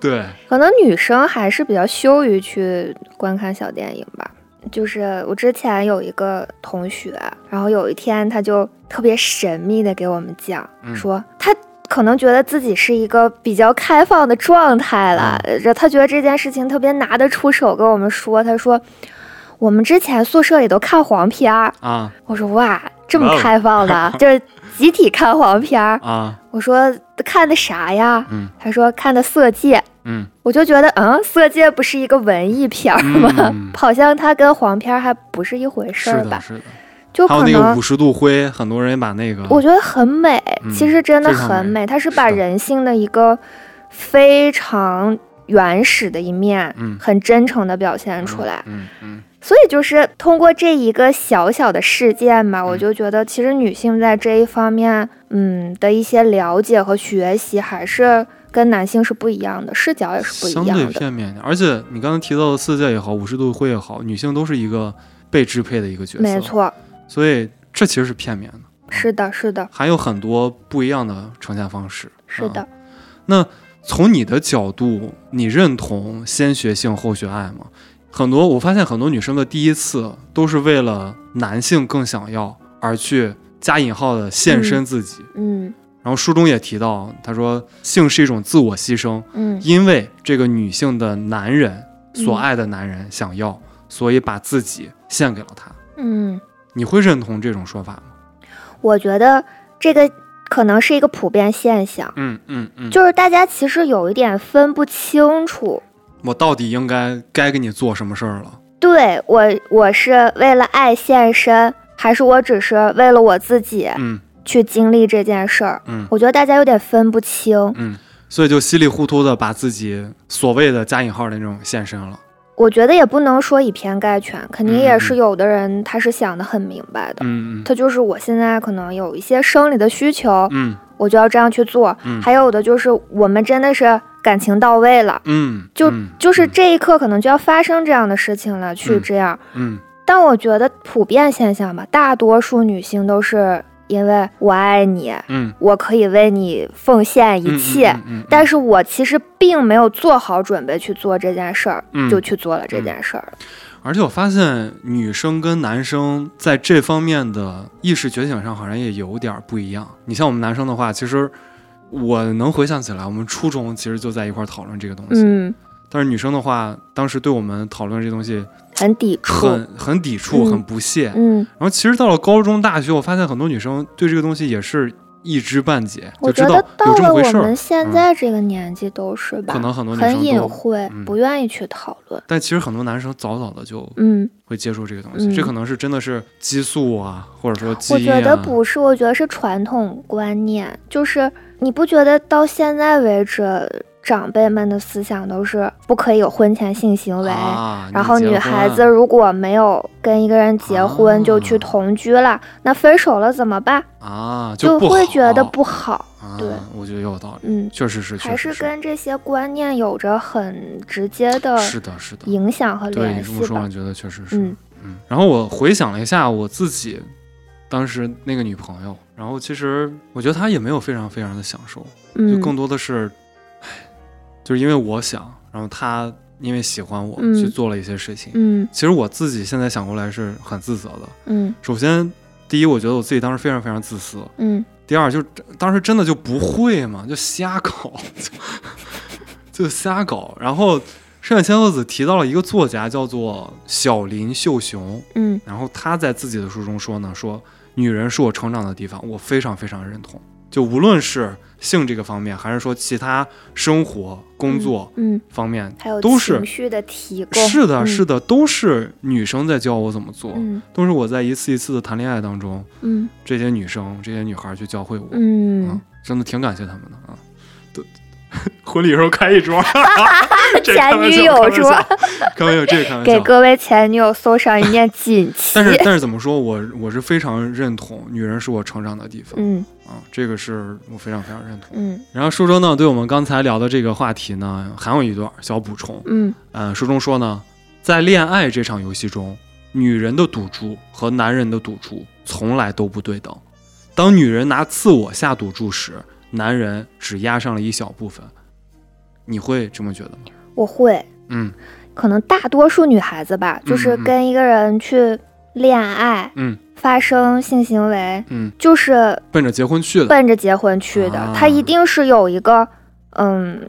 对，
可能女生还是比较羞于去观看小电影吧。就是我之前有一个同学，然后有一天他就特别神秘的给我们讲，
嗯
说他可能觉得自己是一个比较开放的状态了，
嗯
这他觉得这件事情特别拿得出手跟我们说，他说我们之前宿舍里都看黄片儿，
啊
我说哇这
哇
么
哦
开 放的，就是集体看黄片儿，
啊，
我说看的啥呀？
嗯
他说看的《色戒》。
嗯
我就觉得，嗯，《色戒》不是一个文艺片儿吗？
嗯
好像它跟黄片儿还不是一回
是
事儿
的，
吧？
是的。
就
还有
可
那个
能
五十度灰，很多人也把那个
我觉得很美，
嗯
其实真的
非常
很
美
美，它是
是
把
的
人性的一个非常原始的一面，
嗯
很真诚的表现出来。
嗯嗯
所以就是通过这一个小小的事件
嗯
吧，我就觉得其实女性在这一方面，嗯的一些了解和学习还是跟男性是不一样的，视角也
嗯，
是不
相
一
对
样的。
片面一点。而且你刚才提到的四界也好，五十度灰也好，女性都是一个被支配的一个角色，
没，错，
所以这其实是片面的，
是的，是的，
还有很多不一样的呈现方式。
是的
嗯。那从你的角度，你认同先学性后学爱吗？很多我发现很多女生的第一次都是为了男性更想要而去加引号的献身自己。
嗯
然后书中也提到，他说性是一种自我牺牲，
嗯
因为这个女性的男人所爱的男人想要，所以把自己献给了他。
嗯，
你会认同这种说法吗？
我觉得这个可能是一个普遍现象，
嗯嗯嗯，
就是大家其实有一点分不清楚。
我到底应该该给你做什么事儿了？
对我，我是为了爱献身，还是我只是为了我自己
嗯
去经历这件事儿？
嗯。
我觉得大家有点分不清。
嗯，所以就稀里糊涂的把自己所谓的加引号的那种献身了。
我觉得也不能说以偏概全，肯定
嗯嗯
也
嗯
是有的人他是想的很明白的。
嗯
他就是我现在可能有一些生理的需求，
嗯
我就要这样去做。
嗯
还有的就是我们真的是感情到位了，
嗯，
就
嗯
就是这一刻可能就要发生这样的事情了，去
嗯
这样。
嗯
但我觉得普遍现象吧，大多数女性都是因为我爱你，
嗯，
我可以为你奉献一切，
嗯，嗯
但是我其实并没有做好准备去做这件事儿，
嗯
就去做了这件事儿了。
而且我发现女生跟男生在这方面的意识觉醒上好像也有点儿不一样。你像我们男生的话，其实我能回想起来，我们初中其实就在一块儿讨论这个东西，
嗯，
但是女生的话，当时对我们讨论这东西
很抵触。
很很抵触，
嗯
很不屑。
嗯，
然后其实到了高中、大学，我发现很多女生对这个东西也是一知半解，
我
就知
觉
道
得
有
到
这么
了
回
我
事儿嗯
们。现在这个年纪都是吧，
可能很多女生
很隐
都
晦，
嗯
不愿意去讨论。
但其实很多男生早早的就
嗯，
会接触这个东西，
嗯
这可能是真的是激素啊，或者说基
我
因啊。
觉得不是，我觉得是传统观念，就是你不觉得到现在为止，长辈们的思想都是不可以有婚前性行为，
啊，
然后
你结
女
婚
孩子如果没有跟一个人结婚，就去
啊
同居了，那分手了怎么办？
啊
就
不
会觉得
好
不好，
啊
对
我觉得有道理，
嗯，
确实是，确
还
实
是
是
跟这些观念有着很直接的
是的，是的。
影响和
对你
联
这么
系
说，我
吧。
觉得确实是。
嗯
嗯，然后我回想了一下我自己当时那个女朋友，然后其实我觉得她也没有非常非常的享受，就
嗯
更多的是，唉，就是因为我想，然后他因为喜欢我、
嗯
去做了一些事情。
嗯
其实我自己现在想过来是很自责的。
嗯
首先，第一，我觉得我自己当时非常非常自私；
嗯
第二，就是当时真 的就不会嘛，就瞎搞，就就瞎搞。然后山野千鹤子提到了一个作家，叫做小林秀雄。
嗯
然后他在自己的书中说呢，说女人是我成长的地方，我非常非常认同。就无论是性这个方面，还是说其他生活、工作
嗯，
方面，
还有
都是
情绪的提供，
是的，
嗯
是的，都是女生在教我怎么做，
嗯
都是我在一次一次的谈恋爱当中，
嗯
这些女生、这些女孩去教会我。啊
嗯，
真的挺感谢他们的啊。都 婚礼时候开一 桌，这
前
开玩笑
女友
开玩笑
桌
开玩笑，这个开玩
给
笑。
各位前女友送上一 面锦旗
啊但。是但是怎么说，我我是非常认同，女人是我成长的地方、
嗯
啊，这个是我非常非常认同。
嗯
然后书中呢，对我们刚才聊的这个话题呢，还有一段小补充。
嗯
呃，书中说呢，在恋爱这场游戏中，女人的赌注和男人的赌注从来都不对等。当女人拿自我下赌注时，男人只压上了一小部分。你会这么觉得吗？
我会，
嗯
可能大多数女孩子吧，就是
嗯嗯
跟一个人去恋爱，
嗯
发生性行为，
嗯，
就是
奔着结婚去的。
奔着结婚去的，
啊
她一定是有一个，嗯，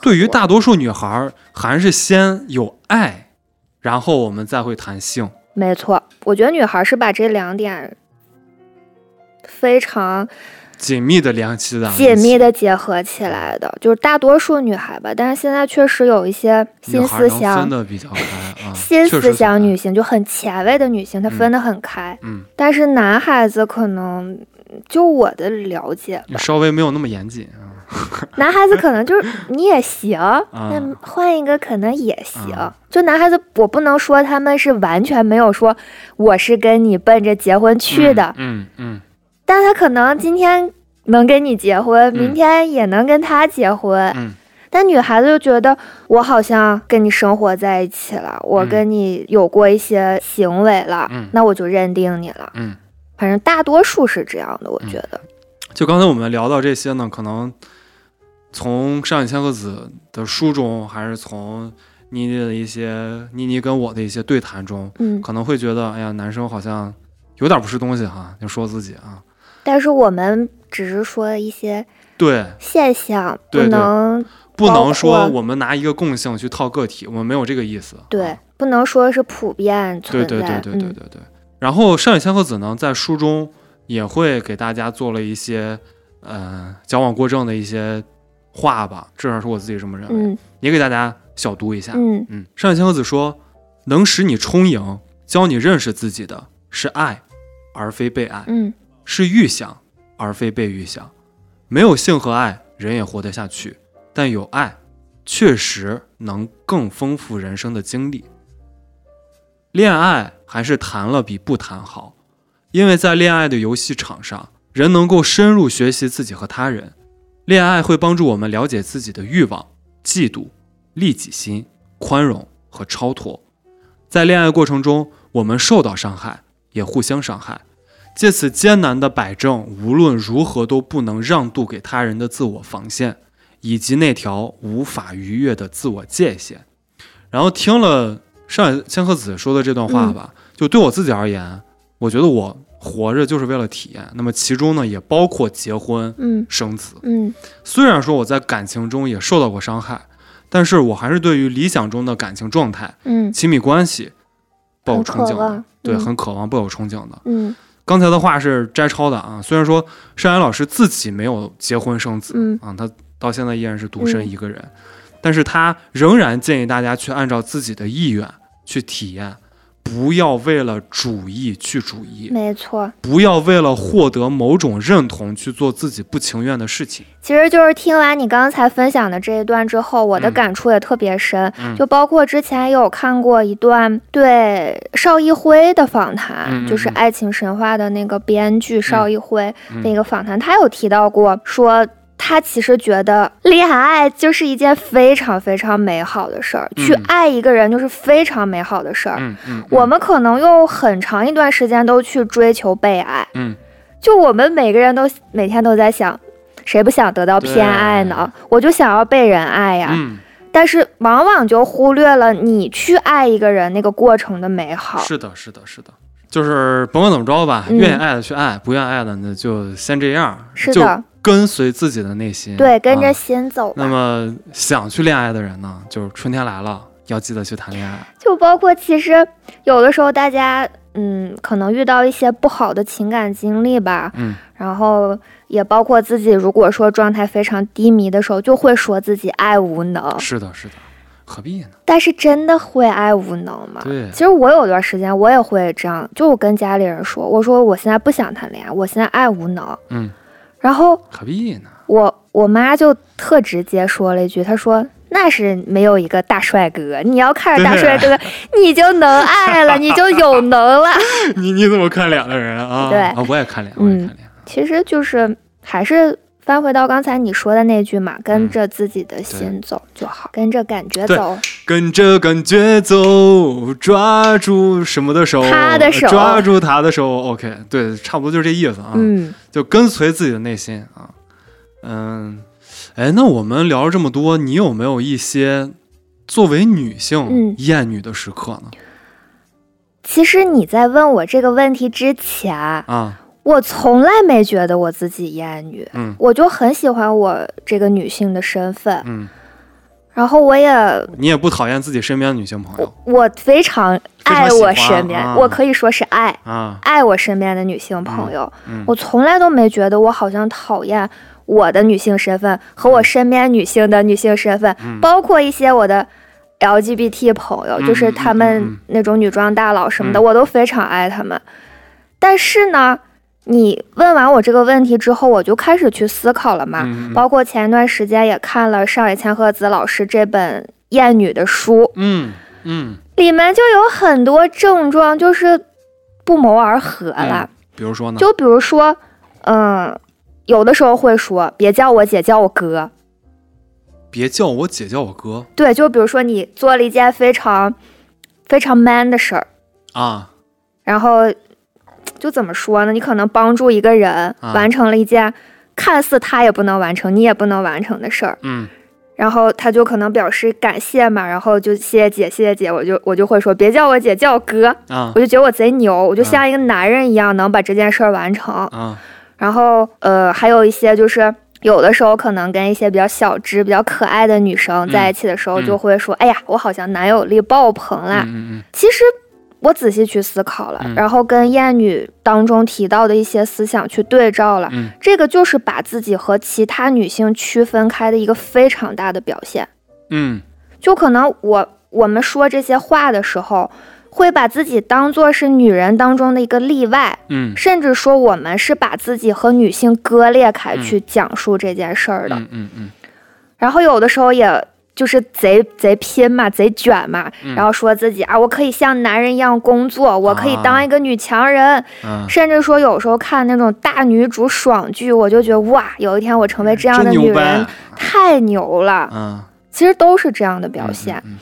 对于大多数女孩儿，还是先有爱，然后我们再会谈性。
没错，我觉得女孩是把这两点非常
紧密的联系在了一起
紧密的结合起来的，就是大多数女孩吧，但是现在确实有一些
女
新
孩儿
思
能分
想。
的比较开啊，
新
确
思
实
想
分得
女性就很前卫的女性，她分得很开，
嗯，
但是男孩子可能，就我的了解吧，
稍微没有那么严谨啊。
男孩子可能就是你也行，那换一个可能也行。
啊
就男孩子，我不能说他们是完全没有说我是跟你奔着结婚去的，
嗯嗯
但他可能今天能跟你结婚，明天也能跟他结婚。
嗯
但女孩子就觉得我好像跟你生活在一起了，我
嗯
跟你有过一些行为了，
嗯
那我就认定你了。
嗯
反正大多数是这样的，我
嗯
觉得。
就刚才我们聊到这些呢，可能从上野千鹤子的书中，还是从妮妮的一些妮妮跟我的一些对谈中，
嗯，
可能会觉得，哎呀，男生好像有点不是东西哈，就说自己啊，
但是我们只是说一些
对，
现象，不
对对
能
不能说
包括
我们拿一个共性去套个体，我们没有这个意思。
对
啊
不能说是普遍存
对
在。
对对对对对
嗯
对。然后上野千鹤子呢，在书中也会给大家做了一些，呃，矫枉过正的一些话吧，至少是我自己这么认为。
嗯
也给大家小读一下。
嗯
嗯，上野千鹤子说，能使你充盈、教你认识自己的是爱，而非被爱；
嗯
是预想，而非被预想。没有性和爱，人也活得下去；但有爱，确实能更丰富人生的经历。恋爱还是谈了比不谈好，因为在恋爱的游戏场上，人能够深入学习自己和他人。恋爱会帮助我们了解自己的欲望、嫉妒、利己心、宽容和超脱。在恋爱过程中，我们受到伤害，也互相伤害。借此艰难的摆正无论如何都不能让渡给他人的自我防线，以及那条无法逾越的自我界限。然后听了上野千鹤子说的这段话吧，就对我自己而言，我觉得我活着就是为了体验。那么其中呢，也包括结婚、
嗯
生子。
嗯
虽然说我在感情中也受到过伤害，但是我还是对于理想中的感情状态、
嗯
亲密关系抱有
很
憧
渴
憬的
望，
对，
嗯
很渴望，抱有憧憬的。
嗯
刚才的话是摘抄的啊，虽然说山岩老师自己没有结婚生子、
嗯
啊，他到现在依然是独身一个人，但是他仍然建议大家去按照自己的意愿去体验，不要为了主义去主义，
没错，
不要为了获得某种认同去做自己不情愿的事情。
其实就是听完你刚才分享的这一段之后，我的
嗯
感触也特别深，
嗯
就包括之前也有看过一段对邵艺辉的访谈，
嗯嗯
就是《
嗯
爱情神话》的那个编剧邵艺辉
嗯
的一个访谈，他有提到过说。他其实觉得恋爱就是一件非常非常美好的事儿，去
嗯
爱一个人就是非常美好的事儿。
嗯嗯，嗯
我们可能用很长一段时间都去追求被爱，
嗯
就我们每个人都每天都在想，谁不想得到偏爱呢？我就想要被人爱呀、
嗯，
但是往往就忽略了你去爱一个人那个过程的美好。
是的，是的，是的，就是甭管怎么着吧，
嗯
愿意爱的去爱，不愿意爱的呢就先这样，
是
就
的，
跟随自己的内心，
对，跟着
啊
心走吧。
那么想去恋爱的人呢，就是春天来了，要记得去谈恋爱。
就包括其实有的时候大家嗯，可能遇到一些不好的情感经历吧，
嗯，
然后也包括自己如果说状态非常低迷的时候，就会说自己爱无能，
是的，是的，何必呢？
但是真的会爱无能吗？
对
其，实我有段时间我也会这样，就我跟家里人说，我说我现在不想谈恋爱，我现在爱无能。
嗯，
然后
何必呢？
我我妈就特直接说了一句，她说。那是没有一个大帅哥，你要看着大帅哥，你就能爱 了，你就有能了。
你你怎么看脸的人啊？
对嗯
啊，我也看脸，我也看脸。
其实就是还是翻回到刚才你说的那句嘛，跟
嗯
着自己的心走就好，跟着感觉走。
跟着感觉走，抓住什么的手？
他的手
抓住他的手。OK，对，差不多就是这意思啊。
嗯，
就跟随自己的内心啊。嗯，哎，那我们聊了这么多，你有没有一些作为女性
嗯
厌女的时刻呢？
其实你在问我这个问题之前，
啊，
我从来没觉得我自己厌女，
嗯
我就很喜欢我这个女性的身份，
嗯，
然后我也
你也不讨厌自己身边的女性朋友
我非常爱我
非
身
常喜欢
边，
啊
我可以说是爱
啊？
爱我身边的女性朋友，
嗯嗯
我从来都没觉得我好像讨厌我的女性身份和
嗯
我身边女性的女性身份，包括一些我的。LGBT 朋友，
嗯
就是
嗯
他
嗯
们
嗯
那种女装大佬什么的，
嗯
我都非常爱他们。但是呢，你问完我这个问题之后，我就开始去思考了嘛。
嗯嗯
包括前一段时间也看了上野千鹤子老师这本《厌女》的书，
嗯嗯，
里面就有很多症状就是不谋而合了。
比如说呢？
就比如说，嗯，有的时候会说别叫我姐，叫我哥。
别叫我姐，叫我哥
对，就比如说你做了一件非常非常 man 的事儿，
啊！
然后就怎么说呢？你可能帮助一个人
啊
完成了一件看似他也不能完成、你也不能完成的事儿，
嗯，
然后他就可能表示感谢嘛，然后就谢谢姐，谢谢姐，我就我就会说别叫我姐，叫我哥，
啊
我就觉得我贼牛，我就像一个男人一样能把这件事儿完成。
啊
然后呃，还有一些就是。有的时候可能跟一些比较小只、比较可爱的女生在一起的时候，
嗯嗯
就会说：“哎呀，我好像男友力爆棚啦。
嗯嗯
其实我仔细去思考了，
嗯
然后跟艳女当中提到的一些思想去对照了，
嗯
这个就是把自己和其他女性区分开的一个非常大的表现。
嗯
就可能我我们说这些话的时候，会把自己当做是女人当中的一个例外，
嗯嗯
甚至说我们是把自己和女性割裂开
嗯
去讲述这件事儿的。
嗯嗯嗯，
然后有的时候也就是贼贼拼嘛，贼卷嘛，
嗯啊
然后说自己啊，我可以像男人一样工作，我可以当一个女强人，
嗯，
甚至说有时候看那种大女主爽剧，我就觉得哇，有一天我成为这样的
真
女
牛
人
掰，
太牛了。
啊，
其实都是这样的表现，
嗯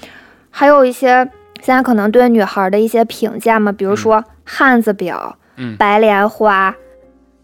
还有一些现在可能对女孩的一些评价嘛，比如说汉子婊、
嗯
白莲花，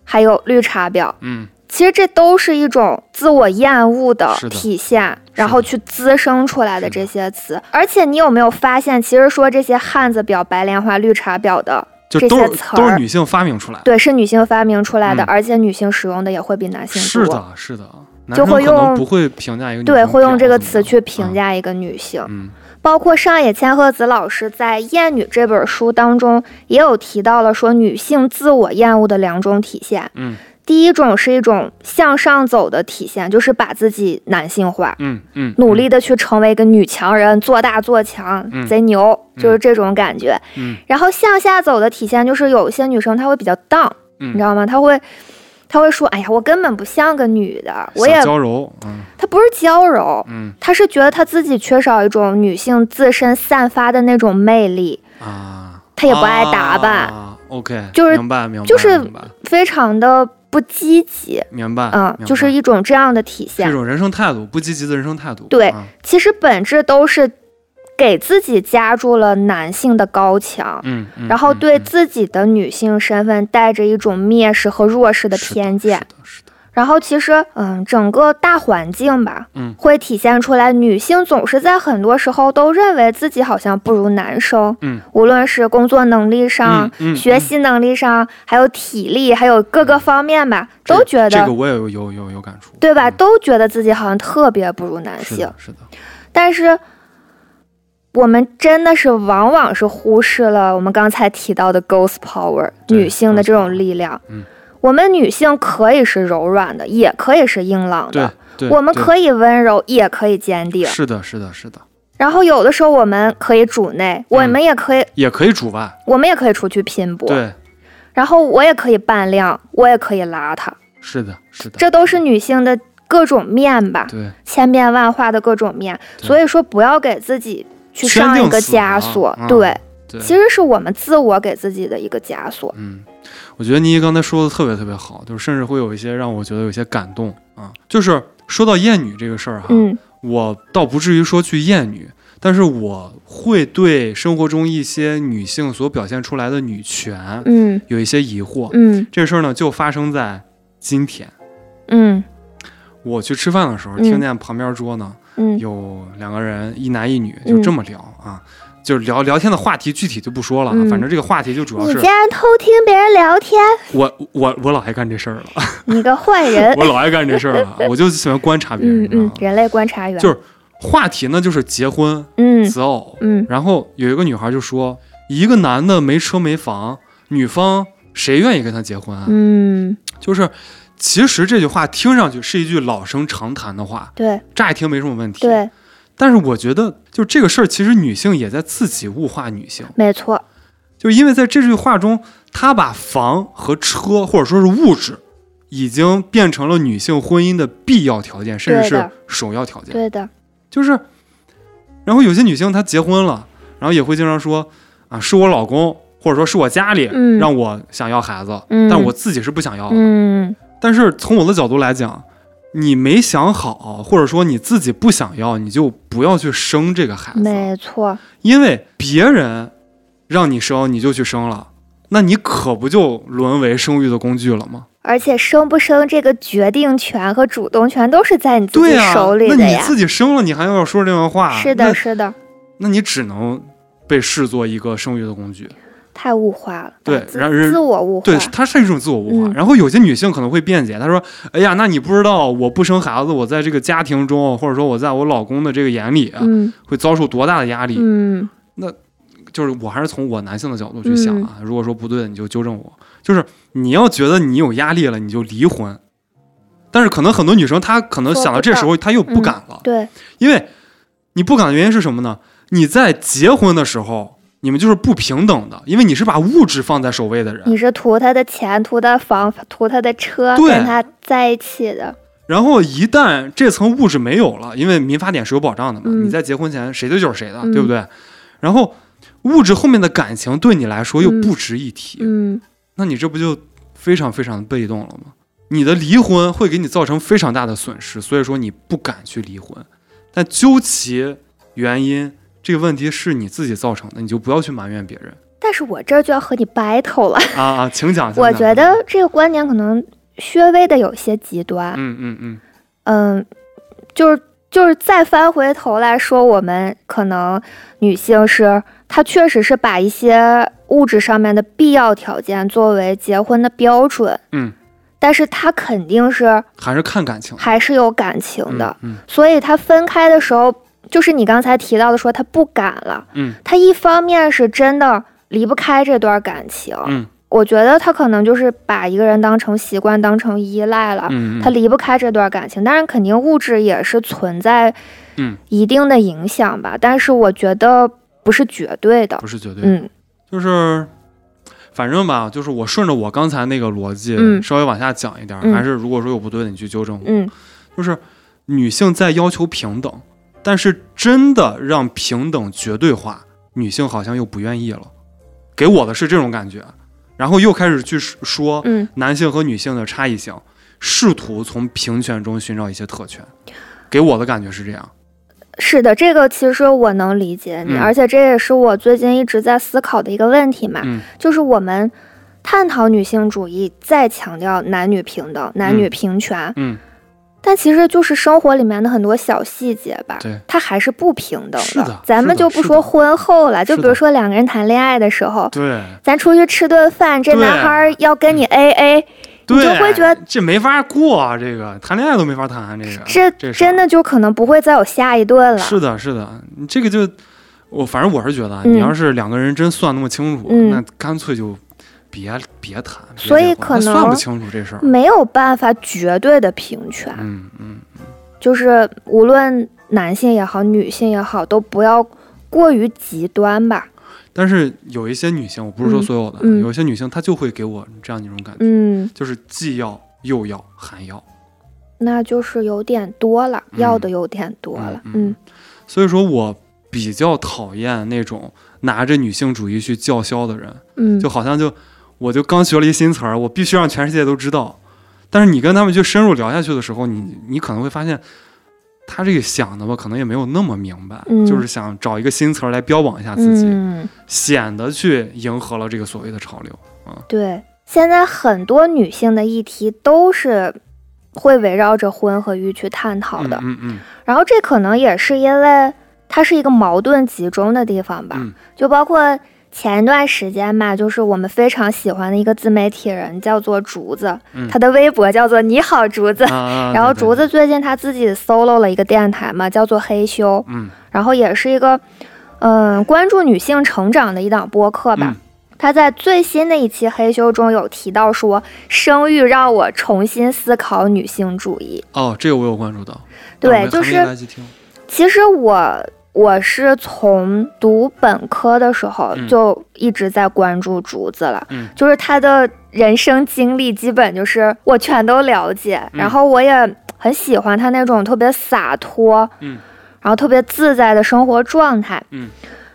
还有绿茶婊。
嗯
其实这都是一种自我厌恶的
是的
体现，然后去滋生出来的
是的
这些词。而且你有没有发现，其实说这些汉子婊、白莲花、绿茶婊的，
就
这
都
些
是
词儿
都是女性发明出来的，
对，是女性发明出来的，
嗯
而且女性使用的也会比男性
是
多。
的，是的，男
就
生
会
可能
用
不会评价一个女
对，
生
会用
婊
这个
子
词
的啊
去评，价一个女性，
嗯
包括上野千鹤子老师在《厌女》这本书当中也有提到了，说女性自我厌恶的两种体现。
嗯
第一种是一种向上走的体现，就是把自己男性化，
嗯嗯，
努力的去成为一个女强人，做大做强，
嗯
贼牛，
嗯
就是这种感觉。
嗯
然后向下走的体现就是有一些女生她会比较荡，
嗯
你知道吗？她会。她会说：“哎呀，我根本不像个女的，我也
小娇柔，嗯
她不是娇柔，
嗯
她是觉得她自己缺少一种女性自身散发的那种魅力，
啊，
她也不爱打扮，
啊、OK，
就是
明白明白，
就是
明白
非常的不积极，
明白，
嗯，
啊明
就是
白
一种这样的体
这
现。
种人生态度，不积极的人生态度，
对
啊
其实本质都是给自己加注了男性的高墙，
嗯，嗯
然后
嗯
对
嗯
自己的女性身份带着一种蔑视和弱势的
是
偏
是
见
的，，是的，
然后其实，嗯，整个大环境吧，
嗯，
会体现出来，女性总是在很多时候都认为自己好像不如男生，
嗯，
无论是工作能力上、
嗯嗯
学习能力上，还有体力，还有各个方面吧，都觉得、
这个我也有有有有感触，
对吧？
嗯
都觉得自己好像特别不如男
是
性
的，，是的，
但是。我们真的是往往是忽视了我们刚才提到的 girls power
对
女性的
girls
这种力量。
嗯
我们女性可以是柔软的，也可以是硬朗
对
的。
对，
我们
对
可以温柔，也可以坚定。
是的，是的，是的，
然后有的时候我们可以主内，我们也可以，
也可以主外，
我们也可以出去拼
嗯
搏。
对，
然后我也可以扮靓，我也可以邋遢，
是的，是的，
这都是女性的各种面吧，
对，
千变万化的各种面。
对
所以说，不要给自己去
圈
上一
定
个
死啊
枷锁。
嗯
对，
对，
其实是我们自我给自己的一个枷锁。
嗯，我觉得妮妮刚才说的特别特别好，就是甚至会有一些让我觉得有些感动啊。就是说到厌女这个事儿哈，
嗯
我倒不至于说去厌女，但是我会对生活中一些女性所表现出来的女权
嗯
有一些疑惑。
嗯
这事儿呢，就发生在今天，
嗯
我去吃饭的时候，
嗯
听见旁边桌呢
嗯
有两个人，一男一女，
嗯
就这么聊啊。就是聊聊天的话题，具体就不说了啊，
嗯
反正这个话题就主要
你
是
竟然偷听别人 聊天，
我我我老爱干这事儿了，
你个坏人！
我老爱干这事儿了，我就喜欢观察别人，
嗯
你知道
嗯
吗，？
人类观察员。
就是话题呢，就是结婚、
嗯
择偶，
嗯
然后有一个女孩就说，一个男的没车没房，女方谁愿意跟他结婚啊？
嗯，
就是其实这句话听上去是一句老生常谈的话，
对
乍一听没什么问题，。
对，
但是我觉得，就这个事儿，其实女性也在自己物化女性，
没错。
就是因为在这句话中，她把房和车或者说是物质，已经变成了女性婚姻的必要条件，甚至
对
是
的
首要条件。
对的，
就是，然后有些女性她结婚了，然后也会经常说啊，是我老公或者说是我家里、
嗯
让我想要孩子，
嗯
但我自己是不想要的。
嗯
但是从我的角度来讲，你没想好，或者说你自己不想要，你就不要去生这个孩子，
没错，
因为别人让你生你就去生了，那你可不就沦为生育的工具了吗？
而且生不生这个决定权和主动权都是在你自
对
己
呀、
手里
那
的
你
呀。
自己生了，你还要说这样的话，
是
那
的，是的，
那你只能被视作一个生育的工具。
太物化了，
对
把自
然后人
自我物化，
对，它是一种自我物化。
嗯
然后有些女性可能会辩解，她说：“哎呀，那你不知道，我不生孩子，我在这个家庭中，或者说我在我老公的这个眼里，啊
嗯
会遭受多大的压力？”啊
嗯
就是我还是从我男性的角度去想啊，
嗯
如果说不对，你就纠正我。就是你要觉得你有压力了，你就离婚。但是可能很多女生她可能
做
想到
不
这
到
时候她又不敢了，
嗯对，
因为你不敢的原因是什么呢？你在结婚的时候，你们就是不平等的，因为你是把物质放在首位的人。
你是图他的钱，图他房，图他的车，
对
跟他在一起的，
然后一旦这层物质没有了，因为民法典是有保障的嘛，
嗯
你在结婚前谁的就是谁的，
嗯
对不对？然后物质后面的感情对你来说又不值一提，
嗯，
那你这不就非常非常被动了吗？你的离婚会给你造成非常大的损失，所以说你不敢去离婚。但究其原因，这个问题是你自己造成的，你就不要去埋怨别人
但是我这儿就要和你 battle 了，
啊啊！请讲，请
我
讲
觉得，这个观点可能略微的有些极端，
嗯嗯嗯，
嗯，就是就是再翻回头来说，我们可能女性是她确实是把一些物质上面的必要条件作为结婚的标准，
嗯，
但是她肯定是
还是看感情
还是有感情的，
嗯
所以她分开的时候，就是你刚才提到的说她不敢了，
嗯，
她一方面是真的离不开这段感情，
嗯
我觉得她可能就是把一个人当成习惯，当成依赖了，
嗯嗯，
他离不开这段感情，当然肯定物质也是存在
嗯
一定的影响吧，但是我觉得不是绝对的
不。是绝对的
嗯
就是，反正吧，就是我顺着我刚才那个逻辑
嗯
稍微往下讲一点儿，
嗯
还是如果说有不对的，你去纠正我。
嗯
就是女性在要求平等，但是真的让平等绝对化，女性好像又不愿意了，给我的是这种感觉。然后又开始去说
嗯，
男性和女性的差异性，试图从平权中寻找一些特权，给我的感觉是这样。
是的，这个其实我能理解你，
嗯
而且这也是我最近一直在思考的一个问题嘛，
嗯
就是我们探讨女性主义，再强调男女平等、男女平权，
嗯，
但其实就是生活里面的很多小细节吧，
对，
它还是不平等
是的
咱们
是的
就不
是
说
的
婚后了，就是比如
的
说两个人谈恋爱的时候，
对
咱出去吃顿饭，这
对嗯
男孩儿要跟你 A A，
对，
就会觉得
这没法过啊，这个谈恋爱都没法谈，这个
这
这事儿
真的就可能不会再有下一顿了。
是的，是的，你这个就我反正我是觉得啊，
嗯
你要是两个人真算那么清楚，
嗯
那干脆就别别谈，别
所以
结婚
可
那算
能嗯
不清楚这事儿。
没有办法绝对的平权，
嗯嗯，
就是无论男性也好，女性也好，都不要过于极端吧。
但是有一些女性，我不是说
嗯
所有的，啊
嗯
有一些女性她就会给我这样一种感觉，
嗯，
就是既要又要还要。
那就是有点多了，
嗯
要的有点多了。嗯
嗯所以说我比较讨厌那种拿着女性主义去叫嚣的人，
嗯
就好像就我就刚学了一新词儿，我必须让全世界都知道。但是你跟他们去深入聊下去的时候，你你可能会发现，他这个想的吧，可能也没有那么明白，
嗯
就是想找一个新词儿来标榜一下自己，
嗯，
显得去迎合了这个所谓的潮流。
对，现在很多女性的议题都是会围绕着婚和育去探讨的，
嗯嗯
然后这可能也是因为它是一个矛盾集中的地方吧，
嗯
就包括。前一段时间吧，就是我们非常喜欢的一个自媒体人，叫做竹子，
嗯
他的微博叫做“你好，竹子”
嗯，啊
然后
对
竹
对
子最近他自己 solo 了一个电台嘛，叫做黑修，
嗯
然后也是一个嗯、关注女性成长的一档播客吧。
嗯
他在最新的一期黑修中有提到说，生育让我重新思考女性主义。
哦，这个我有关注到，
对
啊但我没还
就
没
是
来得及听
其实我我是从读本科的时候
嗯
就一直在关注竹子了，
嗯
就是他的人生经历基本就是我全都了解，
嗯
然后我也很喜欢他那种特别洒脱，
嗯，
然后特别自在的生活状态，
嗯。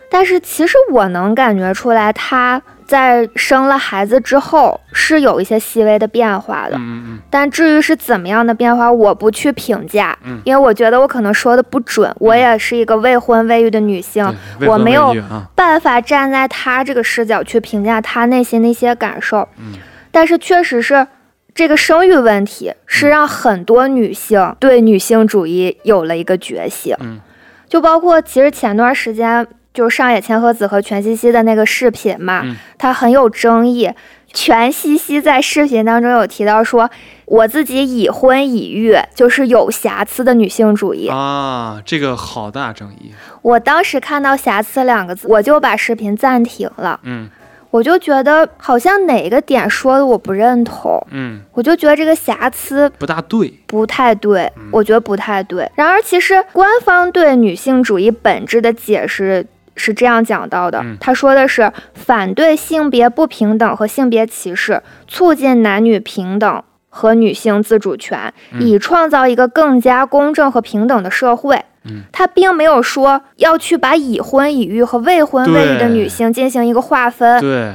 但是其实我能感觉出来，他在生了孩子之后是有一些细微的变化的。
嗯嗯
但至于是怎么样的变化，我不去评价，
嗯
因为我觉得我可能说的不准，我也是一个未婚未育的女性，
嗯，对未
我
婚
没
未
有
育啊，
办法站在她这个视角去评价她内心的一些感受。
嗯
但是确实是这个生育问题，是让很多女性对女性主义有了一个觉醒，
嗯
就包括其实前段时间。就是上野千鹤子和全西西的那个视频嘛，
嗯
它很有争议。全西西在视频当中有提到说，我自己已婚已育，就是有瑕疵的女性主义。
啊，这个好大争议，
我当时看到“瑕疵”两个字，我就把视频暂停了。
嗯
我就觉得好像哪个点说的我不认同，
嗯，
我就觉得这个瑕疵
不大对，
不太对，
嗯
我觉得不太对。然而，其实官方对女性主义本质的解释。是这样讲到的
嗯，
他说的是反对性别不平等和性别歧视，促进男女平等和女性自主权，
嗯
以创造一个更加公正和平等的社会
嗯。
他并没有说要去把已婚已育和未婚未育的
对
女性进行一个划分，
对，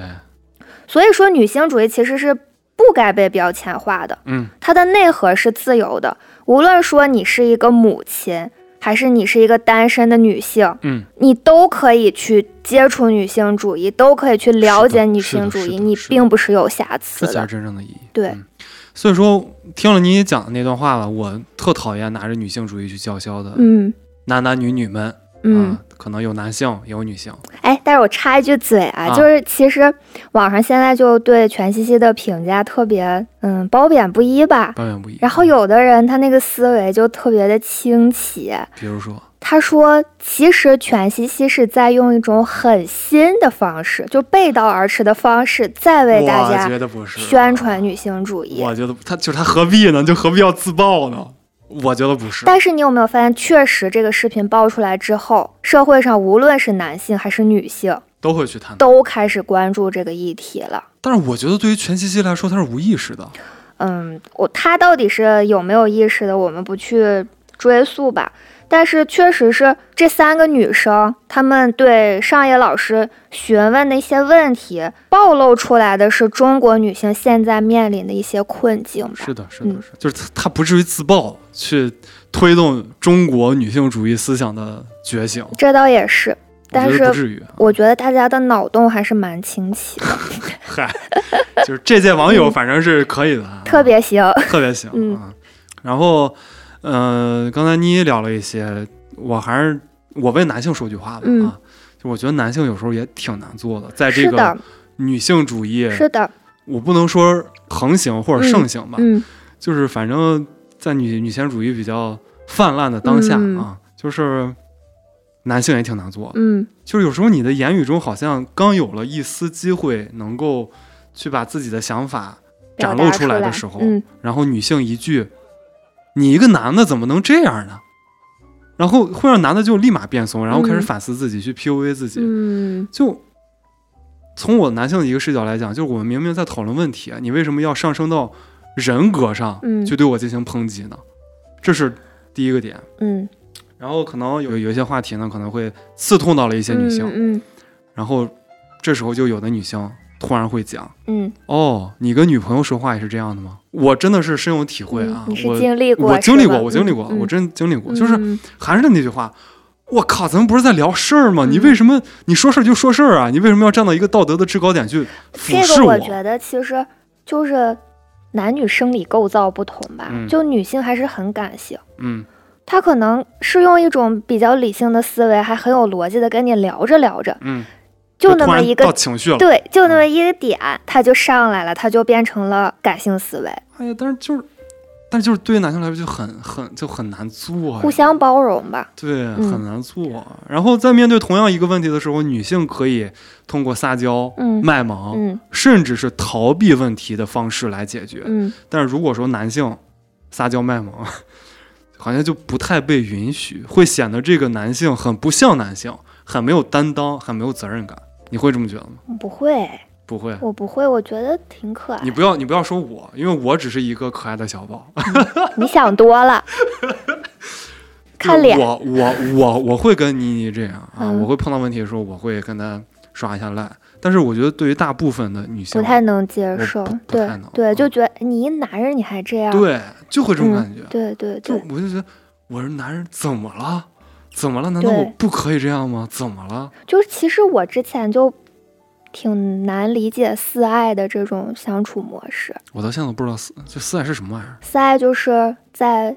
所以说，女性主义其实是不该被标签化的，
嗯
它的内核是自由的。无论说你是一个母亲，还是你是一个单身的女性，
嗯。
你都可以去接触女性主义，都可以去了解女性主
是的
义，
是的
你
是的
并不是有瑕
这
疵
才是
的。
真正的意义。
对
嗯所以说听了你讲的那段话吧，我特讨厌拿着女性主义去叫嚣的
嗯
男男女女们，
嗯，
啊，可能有男性也有女性，
哎，但是我插一句嘴啊，
啊
就是其实网上现在就对全西西的评价特别，嗯，褒贬不一吧。
褒贬不一。
然后有的人他那个思维就特别的清奇，
比如说，
他说：“其实全西西是在用一种很新的方式，就背道而驰的方式，在为大
我
家
觉得不是
宣，传女性主义。
我觉得他就是他何必呢？就何必要自爆呢？我觉得不是。
但是你有没有发现，确实这个视频爆出来之后，社会上无论是男性还是女性，
都会去探讨，
都开始关注这个议题了。
但是我觉得对于全西西来说，他是无意识的。
嗯，我他到底是有没有意识的，我们不去追溯吧。但是确实是这三个女生，她们对上野老师询问的一些问题，暴露出来的是中国女性现在面临的一些困境吧。
是的，是
嗯
的，是的，就是他他不至于自爆去推动中国女性主义思想的觉醒。
这倒也是。
我
但
觉得不
是
至于。啊
我觉得大家的脑洞还是蛮清 奇的，
嗨，就是这届网友反正是可以的啊，
特别行。
特别行。
嗯
啊。然后，呃，刚才妮妮聊了一些，我还是我为男性说句话吧、
嗯
啊，就我觉得男性有时候也挺难做的，在这
是
个
的，
女性主义，
是的，
我不能说横行或者盛行吧，
嗯
就是反正在女女权主义比较泛滥的当下、
嗯
啊，就是男性也挺难做的。
嗯
就是有时候你的言语中好像刚有了一丝机会能够去把自己的想法
表
展
达
露
出
出来的时候，
嗯，
然后女性一句“你一个男的怎么能这样呢”，然后会让男的就立马变怂，然后开始
嗯
反思自己，去 PUA 自己。
嗯，
就从我男性的一个视角来讲，就是我们明明在讨论问题，啊你为什么要上升到人格上
嗯
去对我进行抨击呢？这是第一个点。
嗯，
然后可能有有一些话题呢，可能会刺痛到了一些女性。
嗯
然后这时候就有的女性突然会讲
嗯，：“
哦，你跟女朋友说话也是这样的吗？”我真的是深有体会啊，
嗯你是
我
经历过，
我经历
是吧
过，我经历过，
嗯、
我
嗯
真经历过，就是
嗯
还是那句话。我靠，咱们不是在聊事儿吗？你
嗯
为什么你说事儿就说事儿啊？你为什么要站到一个道德的制高点去俯
这
视
个
我？
我觉得其实就是男女生理构造不同吧，
嗯
就女性还是很感性。
嗯
她可能是用一种比较理性的思维，还很有逻辑的跟你聊着聊着，
嗯，
就那
突
么
然
一
到
个
情绪了。嗯
对，就那么一个点，她就上来了，她就变成了感性思维，
哎呀，但是就是，但是就是对于男性来说就很很就很难做呀，
互相包容吧。
对，
嗯
很难做。然后在面对同样一个问题的时候，女性可以通过撒娇、
嗯
卖萌，
嗯
甚至是逃避问题的方式来解决。
嗯
但是如果说男性撒娇卖萌， 好像就不太被允许，会显得这个男性很不像男性，很没有担当，很没有责任感。你会这么觉得吗？
不会，
不会。
我不会，我觉得挺可爱
你。不要，你不要说我，因为我只是一个可爱的小宝。
你想多 了， 看脸。
我我我我会跟妮妮这样啊，
嗯
我会碰到问题的时候，我会跟她耍一下赖。但是我觉得对于大部分的女性，
不太能接
我不
受
不，
对
太能
对，
嗯
就觉得你一男人你还这样，
对就会这种
嗯
感觉，
对对
就
对，
我就觉得我是男人怎么了？怎么了？难道
对
我不可以这样吗？怎么了？
就是其实我之前就挺难理解四爱的这种相处模式。
我到现在都不知道四这四爱是什么玩意儿。
四爱就是在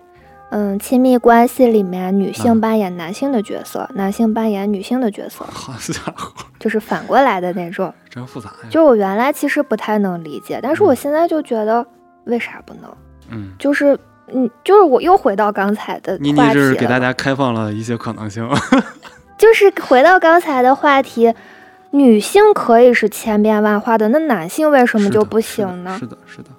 嗯亲密关系里面，女
嗯
性扮演男性的角色，男性扮演女性的角色，
好家伙，
就是反过来的那种。
真复杂呀！
就我原来其实不太能理解，但是我
嗯
现在就觉得为啥不能？
嗯，
就是嗯，就是我又回到刚才的
妮妮这
话题
是给
了
大家开放了一些可能性。
就是回到刚才的话题，女性可以是千变万化的，那男性为什么就不行呢？
是的，是的，是的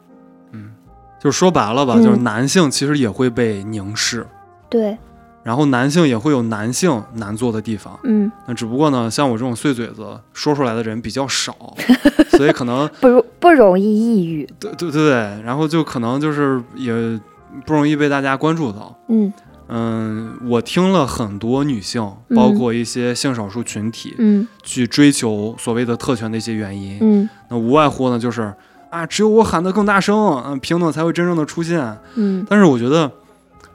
嗯，就是说白了吧，就是
嗯
男性其实也会被凝视，
对，
然后男性也会有男性难做的地方。
嗯，
那只不过呢，像我这种碎嘴子说出来的人比较 少，所以可能
不如不容易抑郁。
对对对，然后就可能就是也不容易被大家关注到。
嗯
嗯，我听了很多女性，包
嗯
括一些性少数群体，
嗯
去追求所谓的特权的一些原因。
嗯
那无外乎呢，就是啊，只有我喊得更大声，嗯，平等才会真正的出现。
嗯
但是我觉得，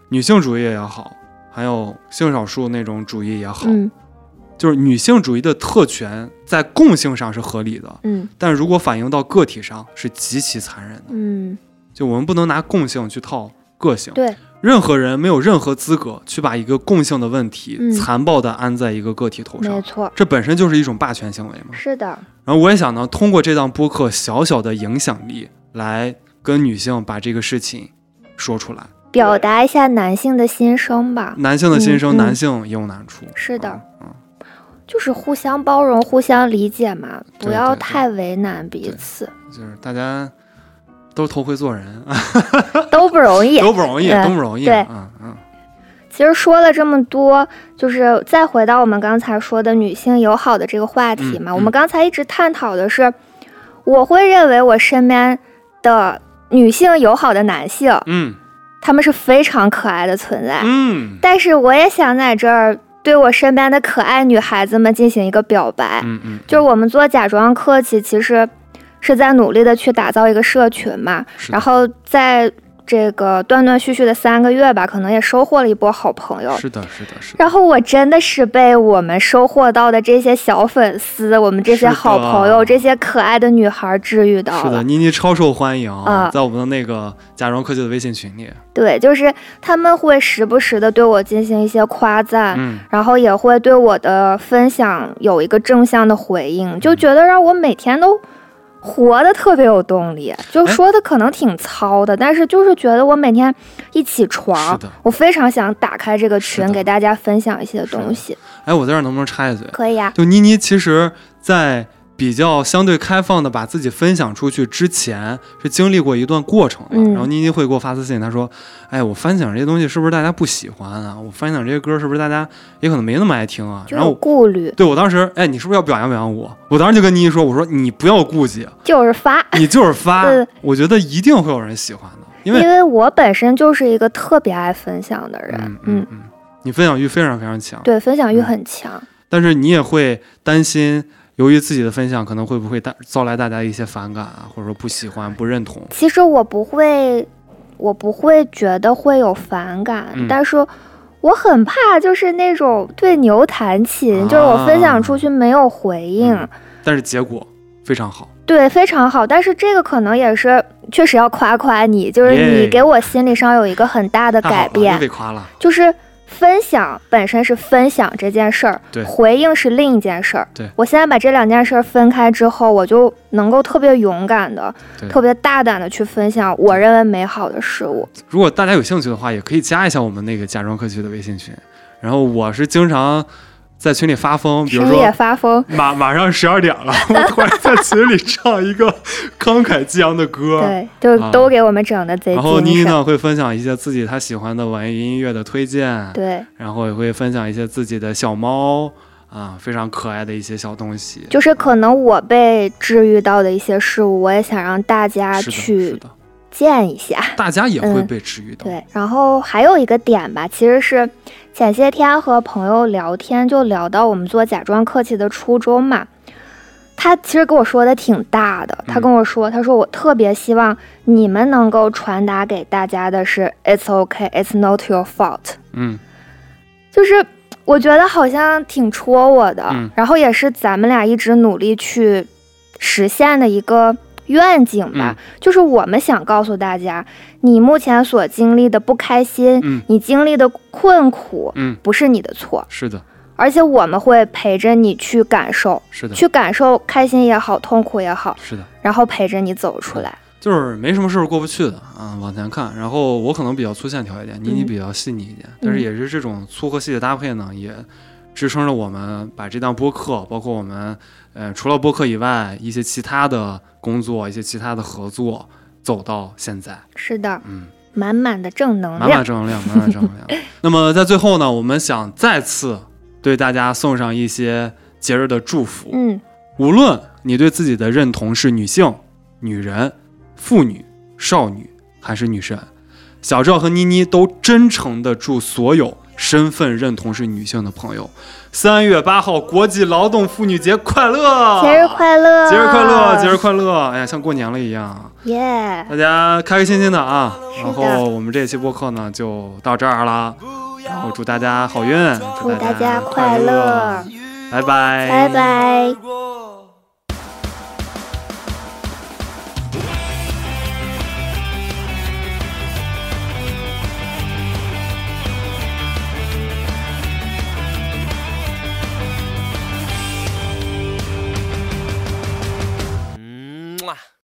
女性主义也好，还有性少数那种主义也好，
嗯
就是女性主义的特权在共性上是合理的，
嗯
但如果反映到个体上是极其残忍的。
嗯，
就我们不能拿共性去套个性，
对，
任何人没有任何资格去把一个共性的问题
嗯
残暴地安在一个个体头上，
没错，
这本身就是一种霸权行为嘛。
是的，
然后我也想呢，通过这档播客小小的影响力，来跟女性把这个事情说出来。
表达一下男性的心声吧，
男性的心声，
嗯嗯
男性也有难处。
是的
啊，嗯，
就是互相包容、互相理解嘛，不
对
要
对对
太为难彼
对
此，
就是大家都是头回做人，啊
都不 容易。
都不容易，
嗯
都不容易。
对
嗯嗯，
其实说了这么多，就是再回到我们刚才说的女性友好的这个话题
嗯
嘛，
嗯
我们刚才一直探讨的是，我会认为我身边的女性友好的男性，
嗯
他们是非常可爱的存在，
嗯
但是我也想在这儿对我身边的可爱女孩子们进行一个表白，
嗯嗯，
就是我们做假装客气，其实是在努力的去打造一个社群嘛，
是的
然后在这个断断续续的三个月吧，可能也收获了一波好朋友。
是的，是的，是的。
然后我真的是被我们收获到的这些小粉丝、我们这
是
些
的
好朋友、这些可爱的女孩治愈到
是的，
了。
妮妮超受欢迎，
啊
在我们的那个假装科技的微信群里，
对，就是他们会时不时的对我进行一些夸赞，
嗯，
然后也会对我的分享有一个正向的
嗯
回应，就觉得让我每天都活得特别有动力。就
哎
说的可能挺糙的，但是就是觉得我每天一起
是
床
的，
我非常想打开这个
是
群，
的
给大家分享一些东西。
哎，我在这儿能不能插一嘴？
可以啊呀、
就妮妮其实，在比较相对开放的把自己分享出去之前，是经历过一段过程的。
嗯
然后妮妮会给我发私信，她说：“哎，我分享这些东西是不是大家不喜欢啊？我分享这些歌是不是大家也可能没那么爱听啊？”
就
然
有
后
顾虑，
对我当时，哎，你是不是要表扬表扬我？我当时就跟妮妮说：“我说你不要顾忌，啊
就是发。，
你就是发
对
我觉得一定会有人喜欢的，因
因
为
为我本身就是一个特别爱分享的人，
嗯嗯嗯，你分享欲非常非常强，
对，分享欲
嗯
很强，
但是你也会担心，由于自己的分享可能会不会带招来大家一些反感啊，或者说不喜欢、不认同。
其实我不会，我不会觉得会有反感，
嗯
但是我很怕就是那种对牛弹琴，就是我分享出去没有回应，
啊嗯但是结果非常好，
对，非常好。但是这个可能也是确实要夸夸你，就是
耶
你给我心理上有一个很大的
太好
改
了
变
又，被夸了。
就是分享本身是分享这件事儿
对，
回应是另一件事儿。
对
我现在把这两件事儿分开之后，我就能够特别勇敢的
对、
特别大胆的去分享我认为美好的事物。
如果大家有兴趣的话，也可以加一下我们那个假装科学的微信群。然后我是经常在群里发疯，比如
深夜
说。
发疯，
马马上十二点了，我突然在群里唱一个慷慨激昂的歌，
对，就是都给我们整的贼
啊然后妮妮
精神。
呢会分享一些自己她喜欢的网易云音乐的推荐，啊
对，
然后也会分享一些自己的小猫啊，非常可爱的一些小东西。
就是可能我被治愈到的一些事物，我也想让大家
是的，是
去
的，
见一下。
大家也会
嗯
被治愈到。
对，然后还有一个点吧，其实是前些天和朋友聊天，就聊到我们做假装客气的初衷嘛。他其实跟我说的挺大的，他
嗯
跟我说，他说我特别希望你们能够传达给大家的是，it's okay, it's not your fault。
嗯，
就是我觉得好像挺戳我的，
嗯
然后也是咱们俩一直努力去实现的一个愿景吧，
嗯
就是我们想告诉大家，你目前所经历的不开心，
嗯
你经历的困苦，
嗯，
不是你的错，
是的，
而且我们会陪着你去感受，
是的，
去感受开心也好，痛苦也好，
是的，
然后陪着你走
嗯
出来。
就是没什么事儿过不去的啊，往前看。然后我可能比较粗线条一点，妮妮
嗯
比较细腻一点，但是也是这种粗和细的搭配呢，也支撑着我们把这档播客，包括我们呃除了播客以外一些其他的工作、一些其他的合作，走到现在。
是的，
嗯。
满满的正能
满
量
满。正能量，满满正能量。 那么在最后呢，我们想再次对大家送上一些节日的祝福。
嗯，
无论你对自己的认同是女性、女人、妇女、少女还是女神，小赵和妮妮都真诚的祝所有身份认同是女性的朋友，三月八号国际劳动妇女节快乐！
节日快乐，
节日快乐，节日快乐！哎呀，像过年了一样，
耶
大家开开心心的啊！
的
然后我们这期播客呢就到这儿啦，然后祝大家好运，
祝大家
快
快乐，
拜拜，
拜拜。
如果